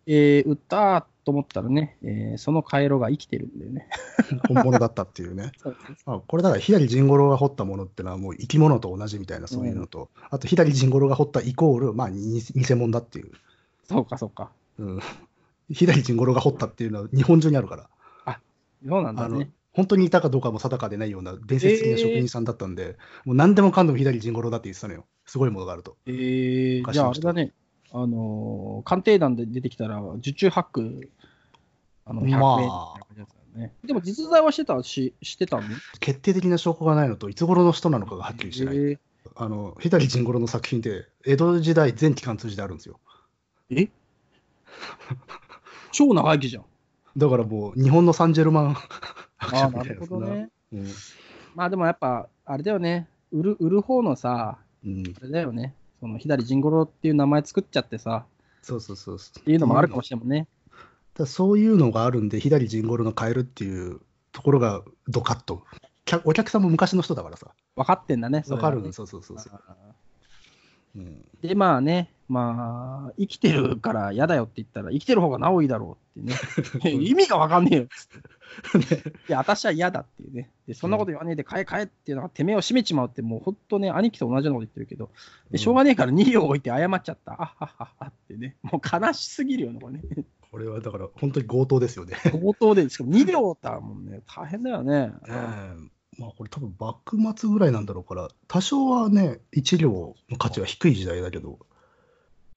B: えー売ったーと思ったらね、えーそのカエルが生きてるんだよね。
A: 本物だったっていうね。あこれだから左陣五郎が掘ったものってのはもう生き物と同じみたいなそういうのと、あと左陣五郎が掘ったイコール、まあ、に偽物だっていう、
B: そうか、そうか。
A: うん、左陣五郎が掘ったっていうのは日本中にあるから、
B: そうなんだ
A: あの
B: ね。
A: 本当にいたかどうかも定かでないような伝説的な職人さんだったんで、もう何でもかんでも左陣五郎だって言ってたのよすごいものがあると
B: えー、じゃああれだね、あのー鑑定団で出てきたら、受注ハック、あの、100円
A: まあ
B: みたいなやつだよね。でも実在はしてたし、してたの
A: 決定的な証拠がないのといつ頃の人なのかがはっきりしてない、
B: え
A: あの左陣五郎の作品って江戸時代前期間通じてあるんですよ
B: ーえ超長生きじゃん。
A: だからもう日本のサンジェルマン アクショ
B: ああ、
A: ン み
B: な
A: たい
B: る
A: な
B: ほどね。
A: そんな
B: まあでもやっぱ、あれだよね。売る、売る方のさ、
A: うんうん
B: あれだよね。その、左甚五郎っていう名前作っちゃってさ、
A: そうそうそうそう。っ
B: っていうのもあるかもしれないもんね。
A: ただそういうのがあるんで、左陣五郎の変えるっていうところがドカッと。客お客さんも昔の人だからさ。
B: 分かってんだね。そ
A: わ
B: れは
A: か
B: ね
A: るんそうそうそうそう。
B: あ
A: うん
B: ーで、まあね、まあ、生きてるから嫌だよって言ったら、生きてる方がなおいいだろ うってね。意味が分かんねえよっつって。いや、私は嫌だっていうね。で、そんなこと言わねえで、買え買えっていうのが、てめえを締めちまうって、もう本当ね、兄貴と同じようなこと言ってるけど、でしょうがねえから2両置いて謝っちゃった。あっはっはっはってね。もう悲しすぎるよね、これね。
A: これはだから本当に強盗ですよね。
B: 冒頭で、しかも2両だもんね。大変だよね。
A: うんまあこれ多分幕末ぐらいなんだろうから、多少はね、一両の価値は低い時代だけど。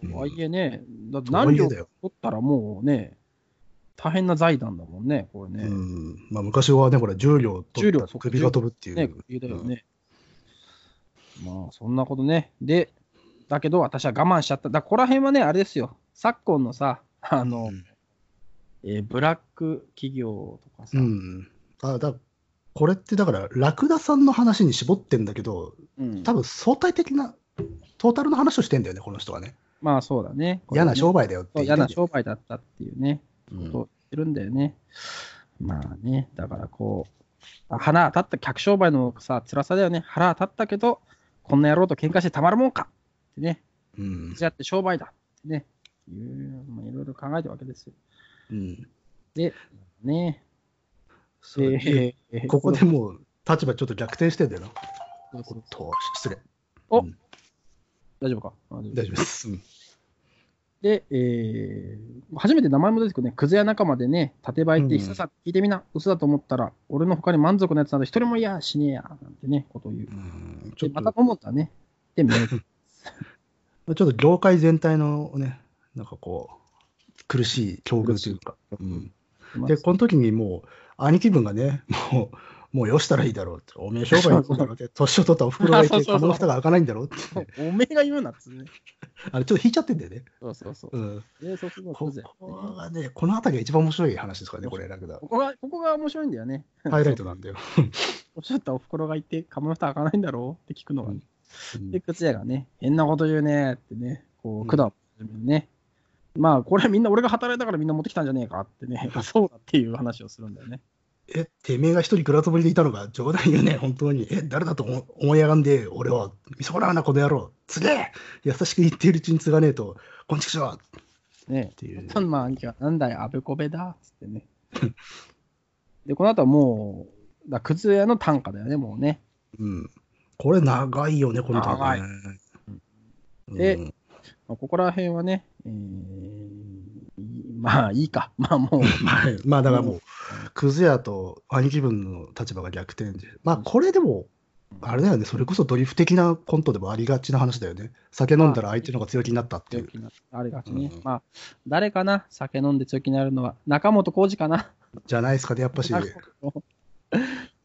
A: うん
B: とはいえね、だって
A: とはい
B: 何
A: え
B: 両
A: だよ
B: 取ったらもうね、大変な財団だもんね、これ
A: う
B: ね。
A: んまあ、昔はね、ほら、重量と
B: 10両そうか
A: 首が飛ぶってい
B: ね、
A: う。
B: 言うだよね。まあ、そんなことね。で、だけど私は我慢しちゃった。だからここら辺はね、あれですよ。昨今のさ、あの、
A: うん
B: えーブラック企業とかさ、
A: うん、あだこれってだから、ラクダさんの話に絞ってんだけど、
B: うん
A: 多分相対的な、トータルの話をしてんだよね、この人はね。
B: まあそうだね。
A: 嫌な商
B: 売
A: 売だよって
B: そう
A: 言
B: 嫌
A: って
B: なん
A: だよ
B: 商売だったっていうね。ことを言ってるんだよね。まあね、だからこう、腹当たった客商売のさ、辛さだよね。腹当たったけど、こんな野郎と喧嘩してたまるもんかってね、
A: うん
B: いつやって商売だってね、いう、まあ、いろいろ考えてるわけですよ。
A: うん
B: ね
A: そう
B: えー
A: ここでもう立場ちょっと逆転してんだよな。
B: そう
A: お
B: そう
A: っと、失礼。
B: 大丈夫かあ大丈夫
A: 大丈夫です。うん
B: で、えー初めて名前も出てくるね、クズ屋仲間でね、縦ばいって、
A: うん
B: 久さん、聞いてみな、嘘だと思ったら、俺の他に満足なやつなど一人もいやしねえや、なんてね、ことを言う。
A: うんちょ
B: で
A: っと
B: また思ったね。で、メール
A: ちょっと業界全体のね、なんかこう、苦しい境遇というか。うん で、この時にもう、兄貴分がね、もう、もうよしたらいいだろうって、おめえ商売に行くんだろうって、年を取ったお袋がい
B: そ
A: て、
B: うそうそう
A: 釜の蓋が開かないんだろうって、
B: おめえが言うなっつうね。
A: あれちょっと引いちゃってんだよね。
B: そうそうそう。
A: うん、
B: で、そこが
A: こ
B: クズやね
A: こがね、この辺りが一番面白い話ですからね、これ、ラクダ
B: こ。こが、ここが面白いんだよね。
A: ハイライトなんだよ。
B: おっしゃったお袋がいて、釜の蓋開かないんだろうって聞くのが、ね
A: うん
B: で、靴屋がね、変なこと言うねってね、こう、管をね、まあ、これみんな俺が働いたからみんな持ってきたんじゃねえかっ てね、そうだっていう話をするんだよね。
A: え、てめえが一人グラつぶりでいたのが冗談言うね、本当に。え、誰だと思思いやがんで、俺は、見損なわな、この野郎。すげえ優しく言っているうちに継がねえと、こんちくしょうっ
B: ね
A: ていう。
B: そのまあ、兄貴が、なんだよ、あべこべだっつっ てね。で、この後はもう、だから靴屋の短歌だよね、もうね。
A: うん。これ長いよね、この短歌ね。
B: で
A: うん
B: まあ、ここら辺はね、えーまあいいか、 まあもう、
A: まあ、 まあだからもう、クズ屋と兄貴分の立場が逆転で、まあこれでも、あれだよね、それこそドリフ的なコントでもありがちな話だよね。酒飲んだら相手の方が強気になったってい
B: 強
A: う。
B: 気になあれがちね。
A: うん
B: まあ、誰かな酒飲んで強気になるのは。中本浩二かな
A: じゃないですかね、やっぱし。
B: なるほど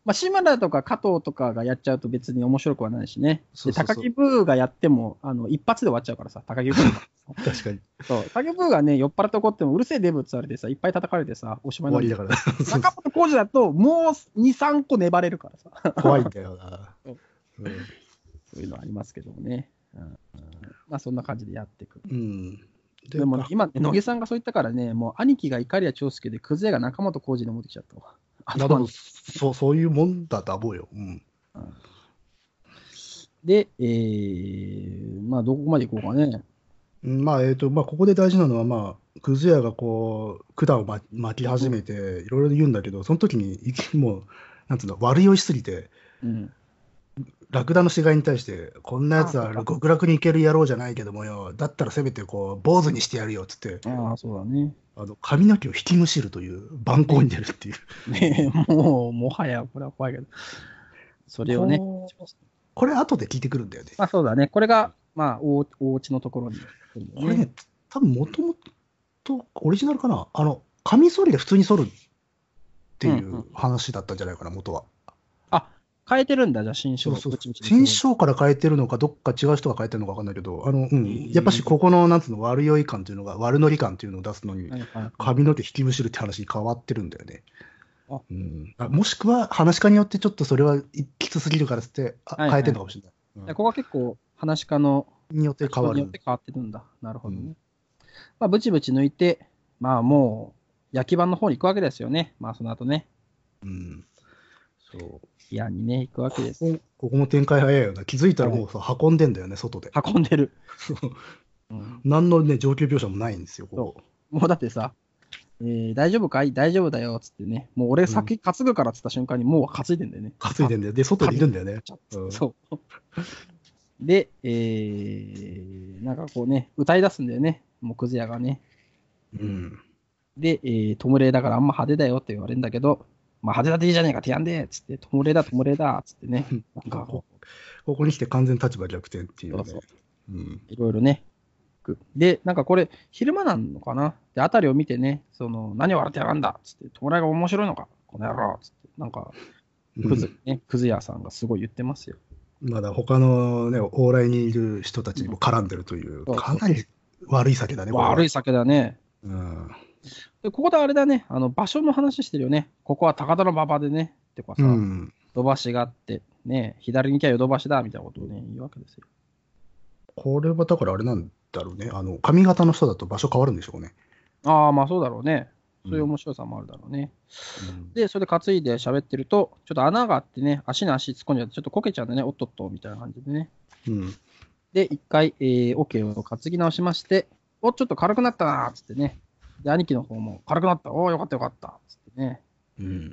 B: まあ、島田とか加藤とかがやっちゃうと別に面白くはないしね。
A: そうそうそう
B: で高木ブーがやっても、あの、一発で終わっちゃうからさ、高木ブ ーが。
A: 確かに。
B: そう、高木ブーがね、酔っ払って怒っても、うるせえデブって言われてさ、いっぱい叩かれてさ、おしま
A: 終
B: いな
A: わ
B: ん
A: り
B: だ
A: だ
B: よ
A: から。そう
B: 中本浩二だと、もう2、3個粘れるからさ。
A: 怖いんだよな。
B: そう
A: うん
B: そういうのはありますけどもね。うんうんまあ、そんな感じでやっていく。
A: うん。で
B: でも、
A: も、
B: 今、ね、野毛さんがそう言ったからね、もう兄貴が怒りや長介で、クズ屋が中本浩二に持ってきちゃったわ。
A: あでもそうそういうもんだと思うよ。うん。
B: で、えー、まあ、どこまで行こうかね。
A: うんまあ、えっ、と、まあ、ここで大事なのは、まあ、くず屋がこう、管をま巻き始めて、いろいろ言うんだけど、その時に、いきもう、なんつうの、悪酔いしすぎて、
B: うん。
A: ラクダの死骸に対して、こんなやつは
B: あそうか
A: 極楽に行ける野郎じゃないけどもよ、だったらせめてこう、坊主にしてやるよっつって、
B: ああ、そうだね。
A: あの髪の毛を引きむしるという、蛮行に出るっていう。
B: ねえもう、もはや、これは怖いけど。それをね。
A: こうこれ、後で聞いてくるんだよね。
B: まあ、そうだね。これが、まあ、おお家のところに、
A: これね、多分もともとオリジナルかな、あの、カミソリで普通に剃るってい
B: んう
A: う話だったんじゃないかな、元は。
B: 変えてるんだ、じゃあ、新章
A: そうそう
B: ブチブチのところ
A: 新章から変えてるのか、どっか違う人が変えてるのか分かんないけど、あの、う
B: へえ
A: ん、やっぱしここの、なんつうの、悪酔い感というのが、悪ノリ感というのを出すのに、
B: はいはい
A: 髪の毛引きむしるって話に変わってるんだよね。
B: あ
A: うん、あもしくは、話し家によってちょっとそれはきつすぎるからっつって、あ
B: はいはい
A: 変えてるのかもしれない。
B: いやここは結構、話し家の
A: によって変わ
B: 人によっ
A: る。
B: て変わってるんだ。なるほどね。
A: うん
B: まあ、ブチブチ抜いて、まあ、もう、焼き場の方に行くわけですよね。まあ、その後ね、
A: うん。そう。
B: いやにね、行くわ けです。
A: こここも展開早いよな。気づいたらもうさ、運んでんだよね、外で。
B: 運ん でる。うん
A: 何のね、上級描写もないんですよ、ここ。
B: もうだってさ、えー大丈夫かい大丈夫だよ、つってね。もう俺先担ぐからっつった瞬間に、もう担いでんだよね。
A: 担いでんだよ。で、外にいるんだよね。うん
B: そう。で、えー、なんかこうね、歌い出すんだよね、木屋がね。
A: うん。
B: で、えー、トムレイだからあんま派手だよって言われるんだけど、まあ派手だっていいじゃねえか、てやんでっつって、トムレイだ、トムレイだっつってね、なんかこ
A: ここに来て完全立場逆転っていうね。
B: そう
A: うん。
B: う、いろいろね。くで、なんかこれ、昼間なのかなで、辺りを見てね、その、何を笑ってやがんだっつって、トムレイが面白いのか、この野郎っつって、なんか、クズ、ね、クズ屋さんがすごい言ってますよ。
A: まだ他のね、往来にいる人たちにも絡んでるという、
B: そう
A: かなり悪い酒だね、
B: 悪
A: い。
B: い酒だね。
A: うん。
B: で、ここであれだね、あの場所の話してるよね。ここは高田の馬場でね、ってか
A: う
B: さ、
A: ん。
B: 土橋があって、ね、左に行きゃヨドバシだ、みたいなことをね、言うわけですよ。
A: これはだからあれなんだろうね。あの、髪型の人だと場所変わるんでしょうね。
B: ああ、まあそうだろうね。そういう面白さもあるだろうね。で、それで担いで喋ってると、ちょっと穴があってね、足に足突っ込んじゃって、ちょっとこけちゃうんでね、おっとっと、みたいな感じでね。
A: うん。
B: で、一回、えー、オケを担ぎ直しまして、お、ちょっと軽くなったな、つってね。で、兄貴の方も、軽くなった、おーよかったよかった、つってね。
A: うん。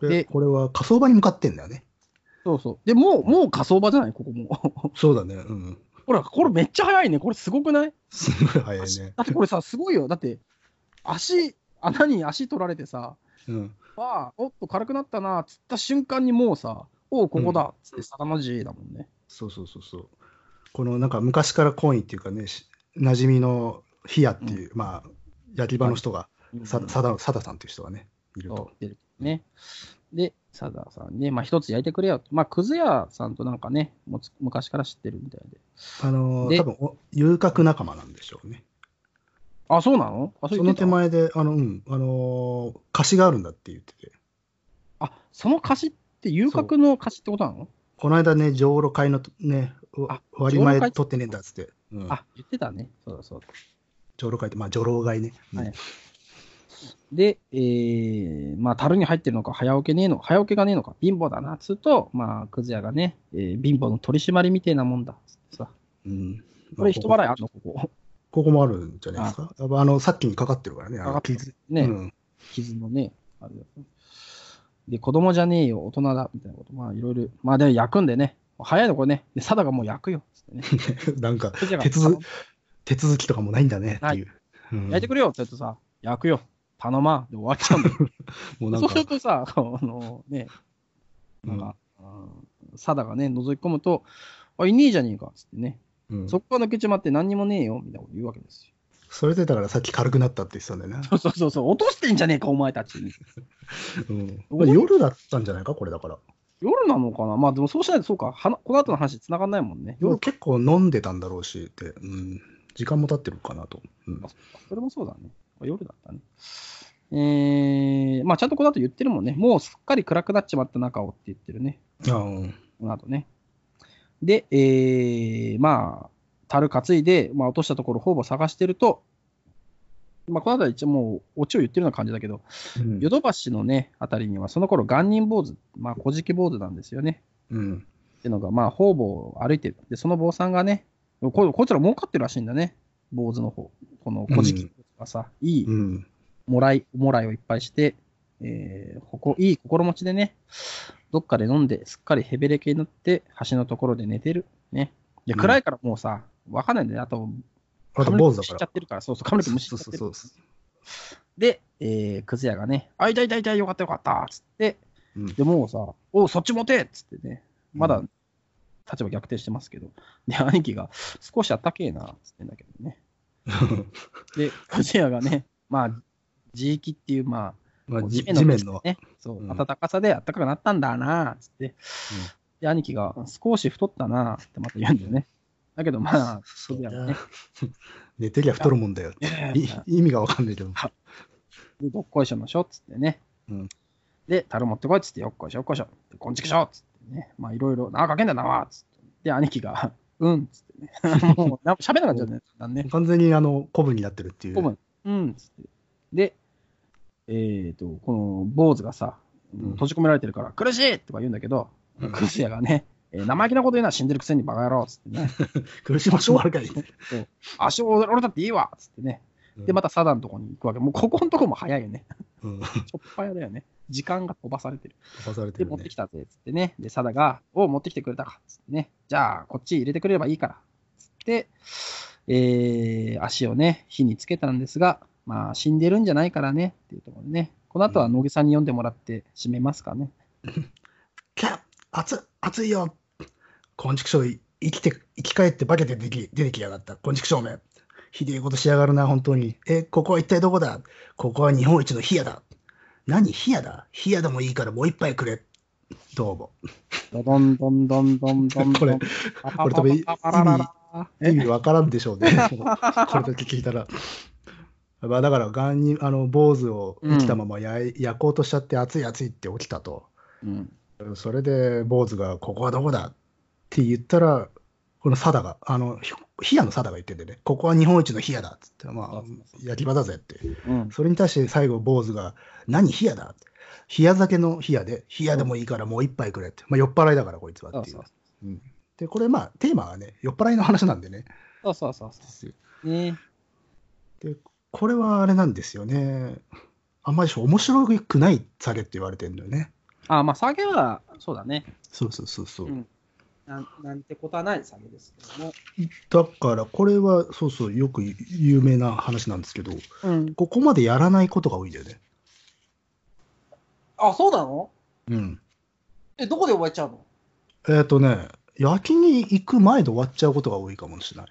B: で
A: で、これは火葬場に向かってんだよね。
B: そうそう。で、もう、もう火葬場じゃないここも。
A: そうだね。うん。
B: ほら、これめっちゃ早いね。これすごくない
A: すごい 早いね。
B: だってこれさ、すごいよ。だって、足、穴に足取られてさ、
A: うん。
B: わあ、おっと軽くなったな、つった瞬間にもうさ、おう、ここだ、つって、さだの字だもんね。
A: そうそうそうそう。このなんか昔から懇意っていうかね、し馴染みのヒヤっていう、まあ、焼き場の人が、さ
B: うん
A: さださださんっていう人がね、いると
B: そ。う出るね。で、さださんね、まあ一つ焼いてくれよ。まあ、くず屋さんとなんかね、もつ昔から知ってるみたいで。
A: あのー
B: で
A: 多分お遊郭仲間なんでしょうね。
B: あ、そうなのあ、う
A: そ
B: 言
A: の
B: ってた
A: 手。前で、あの、うん、あのー貸しがあるんだって言ってて、
B: あ、その貸しって、遊郭の貸しってことなの
A: この間ね、上路会のね、お
B: あ
A: 割り前取ってねえんだっつって、うん
B: あ、言ってたね。そうだそうだ。
A: 上路会って、まあ、女郎会ね。うん
B: はいで、えー、まあ、樽に入ってるのか、早起きねえの、早起きがねえのか、貧乏だな、つうと、まあ、くず屋がね、えー貧乏の取り締まりみてえなもんだ、つってさ。
A: うん
B: これ、人
A: まあここ
B: 払いあんの、ここ。
A: ここもあるんじゃないですか。やっぱあの、さっきにかかってるからね、あ
B: かか
A: の
B: ってる
A: 傷
B: ね、
A: うん
B: 傷のね、あれだよで、子供じゃねえよ、大人だ、みたいなこと、まあ、いろいろ、まあ、でも焼くんでね、早いの、これね。で、サダがもう焼くよ、つってね。
A: なんか、
B: くず屋が
A: 手続手続きとかもないんだねっていう。うん
B: 焼いてくれよ、って言うとさ、焼くよ、頼まん、で終わっちゃうんだよ
A: もうなん
B: そうす
A: か
B: る、とさ、あのね、なんか、うんサダがね、覗き込むと、あ、いねえじゃねえか、つってね。
A: うん、
B: そこが抜けちまって何にもねえよ、みたいなこと言うわけですよ。
A: それでだからさっき軽くなったって言ってたんだよね。
B: そうそうそう、落としてんじゃねえか、お前たち。
A: うんまあ、夜だったんじゃないか、これだから。
B: 夜なのかなまあでもそうしないと、そうか、はなこの後の話繋がんないもんね。
A: 夜結構飲んでたんだろうし、で、うん、時間も経ってるかなと。うん
B: あ、そっかそれもそうだね。夜だったね。えー、まあちゃんとこの後言ってるもんね。もうすっかり暗くなっちまった中をって言ってるね。
A: あうん
B: この後ね。で、えー、まあ、樽担いで、まあ、落としたところ、ほぼ探してると、まあ、この辺り一応もう、オチを言ってるような感じだけど、
A: うん
B: ヨドバシのね、あたりには、その頃、元人坊主、まあ、古事記坊主なんですよね。
A: うん
B: っていうのが、まあ、方々を歩いてる。で、その坊さんがね、ここいつら儲かってるらしいんだね、坊主の方。この古事記がさ、いい
A: うん
B: もらい、もらいをいっぱいして、えーここ、いい心持ちでね、どっかで飲んで、すっかりヘベレケになって、橋のところで寝てる。ね。いや、
A: うん
B: 暗いからもうさ、わかんないんだよね。あと、
A: あと
B: 髪の
A: 坊
B: 毛
A: 主
B: し
A: だ
B: ちゃ
A: か
B: ってるから、そうそう、カム
A: ら。
B: リ
A: そう
B: 虫
A: そ
B: し
A: う
B: ちゃ
A: そ
B: って
A: う
B: る。
A: そ
B: で、えー、クズ屋がね、あ、いたいたいた、よかったよかった、つって、
A: う。うん
B: で、もうさ、おうそっち持てっつってね、まだ
A: うん
B: 立場逆転してますけど、で、兄貴が、少しあったけえな、つってんだけどね。 で、クズ屋がね、まあ、地域っていう、まあ、
A: まあ、
B: こう
A: じ地面の。
B: ね、そう、
A: うん
B: 暖かさで暖かくなったんだなっつって、で兄貴が少し太ったなっつってまた言うんだよね。だけ どまあ、
A: そう
B: だ
A: だ
B: よね。
A: 寝てりゃ太るもんだよ。い意味がわかんないけど。
B: でどっこいしょのしょっつってね。
A: うん
B: で、樽持ってこいっつって、よっこいしょよっこいしょ、こんちくしょっつってね。まあいろいろ、なあかけんだなっつって。で、兄貴が、 うんっつってね。 もう、な喋らなくなっちゃうんだよねだんね。
A: 完全にあの、古文になってるっていう。
B: ごめん。うん、つって。で、えっ、と、この坊主がさ、
A: ん
B: 閉じ込められてるから、苦しいとか言うんだけど、
A: うん
B: クズヤがね、えー生意気なこと言うな、死んでるくせにバカ野郎っつってね、
A: 苦しい場所もあるかい。
B: 足を俺だっていいわっつってね、で、ま
A: た。
B: たサダンのとこに行くわけ、もうここのとこも早いよね、
A: うん飛
B: ちょっぱやだよね、時間が飛ばされてる。
A: ばされて
B: で、
A: る
B: 持っ
A: ね
B: てき。たぜっつってね、で、サダが、お持ってきてくれたかっつってね、じゃあ、こっち入れてくれればいいからっつって、えー足をね、火につけたんですが、まあ、死んでるんじゃないからねっていうところでね、この後は野木さんに読んでもらって締めますかね。
A: キャ熱っ熱いよ昆虫生生きて生き返って化けて出てき出てきやがった昆虫生めひでえことしやがるな本当にえここは一体どこだここは日本一の冷やだ何冷やだ冷やでもいいからもう一杯くれどうも
B: どどんどんどんどんどんどん。
A: これ
B: パ
A: こ
B: パパパパパラララ、
A: れ多分意味
B: え
A: 意味わからんでしょうねもうこれだけ聞いたらまあだからがんにあの坊主を生きたままやい、焼こうとしちゃって熱い熱いって起きたと
B: うん
A: それで坊主が「ここはどこだ?」って言ったらこの貞があのひヒヤの貞が言っててね「ここは日本一のヒヤだ」っつって「まあ
B: そうそう
A: 焼き場だぜ」って
B: うん
A: それに対して最後坊主が「何ヒヤだ?」冷や酒の冷やで、冷やでもいいからもう一杯くれって、まあ、酔っ払いだからこいつは
B: そ
A: っ
B: う
A: ていう。
B: そう
A: うんで、これまあテーマはね、酔っ払いの話なんでね。
B: そうそうそうそう。ね
A: これはあれなんですよね。あんまり面白くない酒って言われてるんだよね。
B: あ、まあ、酒は、そうだね。
A: そうそうそうそう。
B: うんなんなんてことはない酒ですけども。
A: だからこれはそうそうよく有名な話なんですけど
B: うん。
A: ここまでやらないことが多いんだよね。
B: あ、そうなの
A: うん、
B: え、どこで覚えちゃうの
A: えっ、とね焼きに行く前で終わっちゃうことが多いかもしれない。
B: あ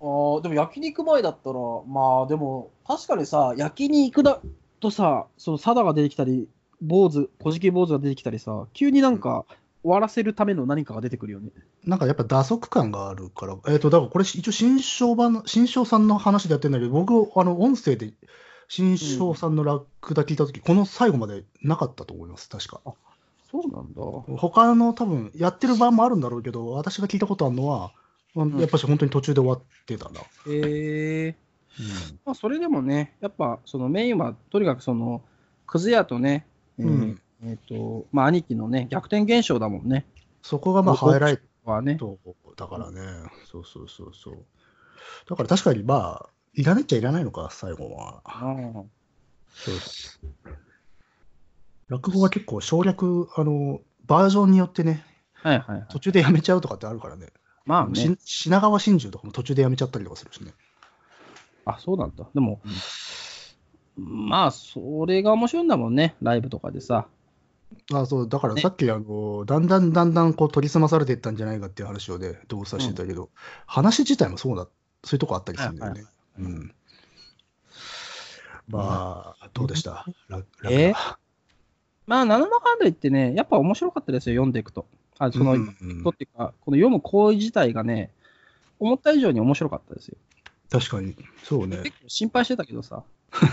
B: あ、でも焼肉前だったら、まあでも、確かにさ、焼肉だとさ、そのサダが出てきたり、坊主、小じき坊主が出てきたりさ、急になんか終わらせるための何かが出てくるよね。
A: なんかやっぱ打足感があるから、えっ、とだからこれ一応新章版の新章さんの話でやってるんだけど僕あの音声で新章さんのラクダ聞いた時、この最後までなかったと思います確か。
B: そうなんだ。
A: 他の多分やってる版もあるんだろうけど私が聞いたことあるのは、
B: ん
A: やっぱし本当に途中で終わってたな。
B: へえ。まあそれでもね、やっぱそのメインは、とにかくその、クズ屋とね、えっ、
A: うん
B: えーと、まあ兄貴のね、逆転現象だもんね。
A: そこがまあハイライ
B: はね。
A: トだからね、そうそうそうそう。だから確かにまあ、いらないっちゃいらないのか、最後は。
B: うん
A: そう落語は結構省略、あの、バージョンによってね、
B: はいはいはい。
A: 途中でやめちゃうとかってあるからね。
B: まあね。
A: し品川真珠とかも途中でやめちゃったりとかするしね。
B: あ、そうなんだ。でも、まあ、それが面白いんだもんね、ライブとかでさ。
A: あそうだから
B: ね
A: さっき、あのだんだんだんだんこう研ぎ澄まされていったんじゃないかっていう話をね、どうさせてたけど、話自体もそうだ、そういうとこあったりするんだよね。うん、まあ、どうでしたララクダ
B: えまあ、なんだかんだ言ってね、やっぱ面白かったですよ、読んでいくと。あその、
A: う
B: うん
A: うん
B: っていうか、この読む行為自体がね、思った以上に面白かったですよ。
A: 確かに、そうね。
B: 結構心配してたけどさ。
A: そ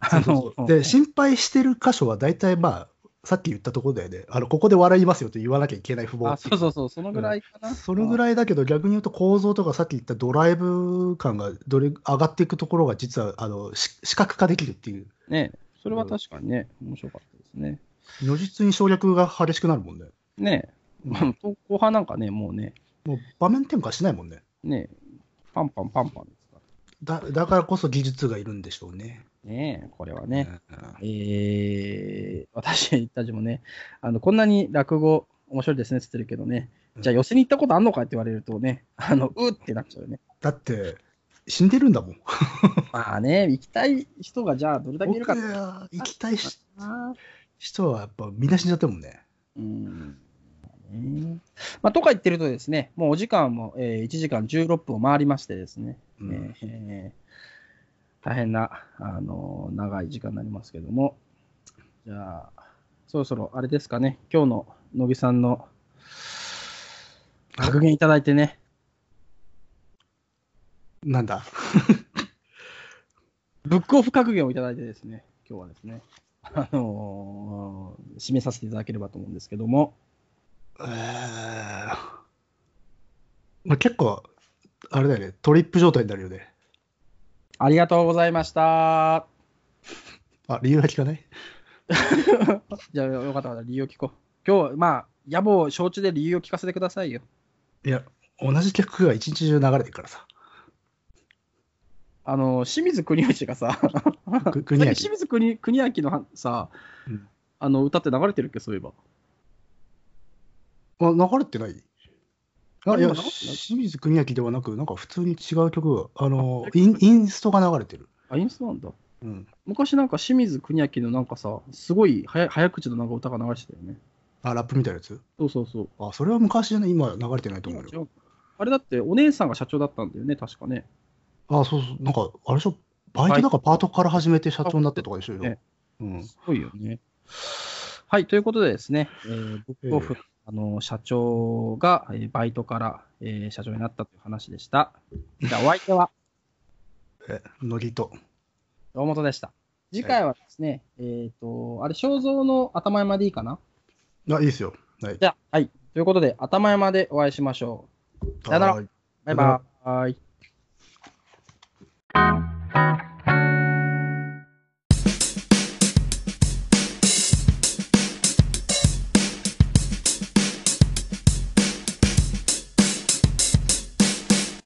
B: あ
A: う そうそう
B: の
A: で、心配してる箇所は大体まあ、さっき言ったところだよね、あのここで笑いますよと言わなきゃいけない不
B: あ
A: 毛
B: そうそうそう、そのぐらいかな。
A: それぐ
B: い。
A: らいだけど、逆に言うと構造とかさっき言ったドライブ感がどれ上がっていくところが実はあのし視覚化できるっていう、
B: ね、それは確かにね、面白かったですね。
A: 如実に省略が激しくなるもんね。
B: ね、
A: うん
B: まあ後後半なんかね、もうね、
A: もう場面転換しないもんね。
B: ね、パンパンパンパンですか
A: だだからこそ技術がいるんでしょうね。
B: ら。ね、これはね。
A: うん
B: えー、私たちもね、あのこんなに落語面白いですねって言ってるけどね、じゃあ寄せに行ったことあんのかって言われるとね、あのうってなっちゃうよね。
A: だって、死んでるんだもん。
B: まあね、行きたい人がじゃあどれだけいる
A: 僕
B: か
A: ら行きたいし
B: な。
A: 人はやっぱみんな死んじゃってるもんね。
B: うんねまあ、とか言ってるとですね、もうお時間も、えー、1時間16分を回りましてですね、
A: うん
B: えーえー大変な、あのー長い時間になりますけども、じゃあ、そろそろあれですかね、今日の乃木さんの格言いただいてね、
A: なんだ
B: ブックオフ格言をいただいてですね、今日はですね、あのー締めさせていただければと思うんですけども、
A: えーまあ、結構、あれだよね、トリップ状態になるよね。
B: ありがとうございました。
A: あ、理由は聞かない
B: じゃあよかったら理由を聞こう。今日、まあ、野望を承知で理由を聞かせてくださいよ。
A: いや、同じ曲が一日中流れてるからさ。
B: あの、清水国吉がさ、
A: く国
B: さっ
A: 明
B: き清水国国明のはさ、
A: うん
B: あの歌って流れてるっけ、そういえば。
A: あ流れてない
B: あ
A: あいや
B: 今流れてない
A: 清水国明ではなく、なんか普通に違う曲が、あのイン、インストが流れてる。
B: あ、インストなんだ。
A: うん。
B: 昔なんか清水国明のなんかさ、すごい早い早口のなんか歌が流れてたよね。
A: あ、ラップみたいなやつ
B: そうそうそう。
A: あ、それは昔じゃない、今流れてないと思うよ。
B: 違うあれだって、お姉さんが社長だったんだよね、確かね。
A: あ、そうそう、なんか、あれでしょ、バイトなんかパートから始めて社長になってとかでしょよ。
B: ね
A: うん。
B: すごいよね。はい、ということでですね、えーブックオフ、あの社長が、えーバイトから、えー社長になったという話でした。じゃあ、お相手は
A: え、ノリと。
B: 大本でした。次回はですね、えっ、と、あれ、肖像の頭山でいいかな
A: あ、いいですよ。はい。
B: じゃあ、はい、ということで、頭山でお会いしましょう。さよなら
A: はい
B: バイバーイ。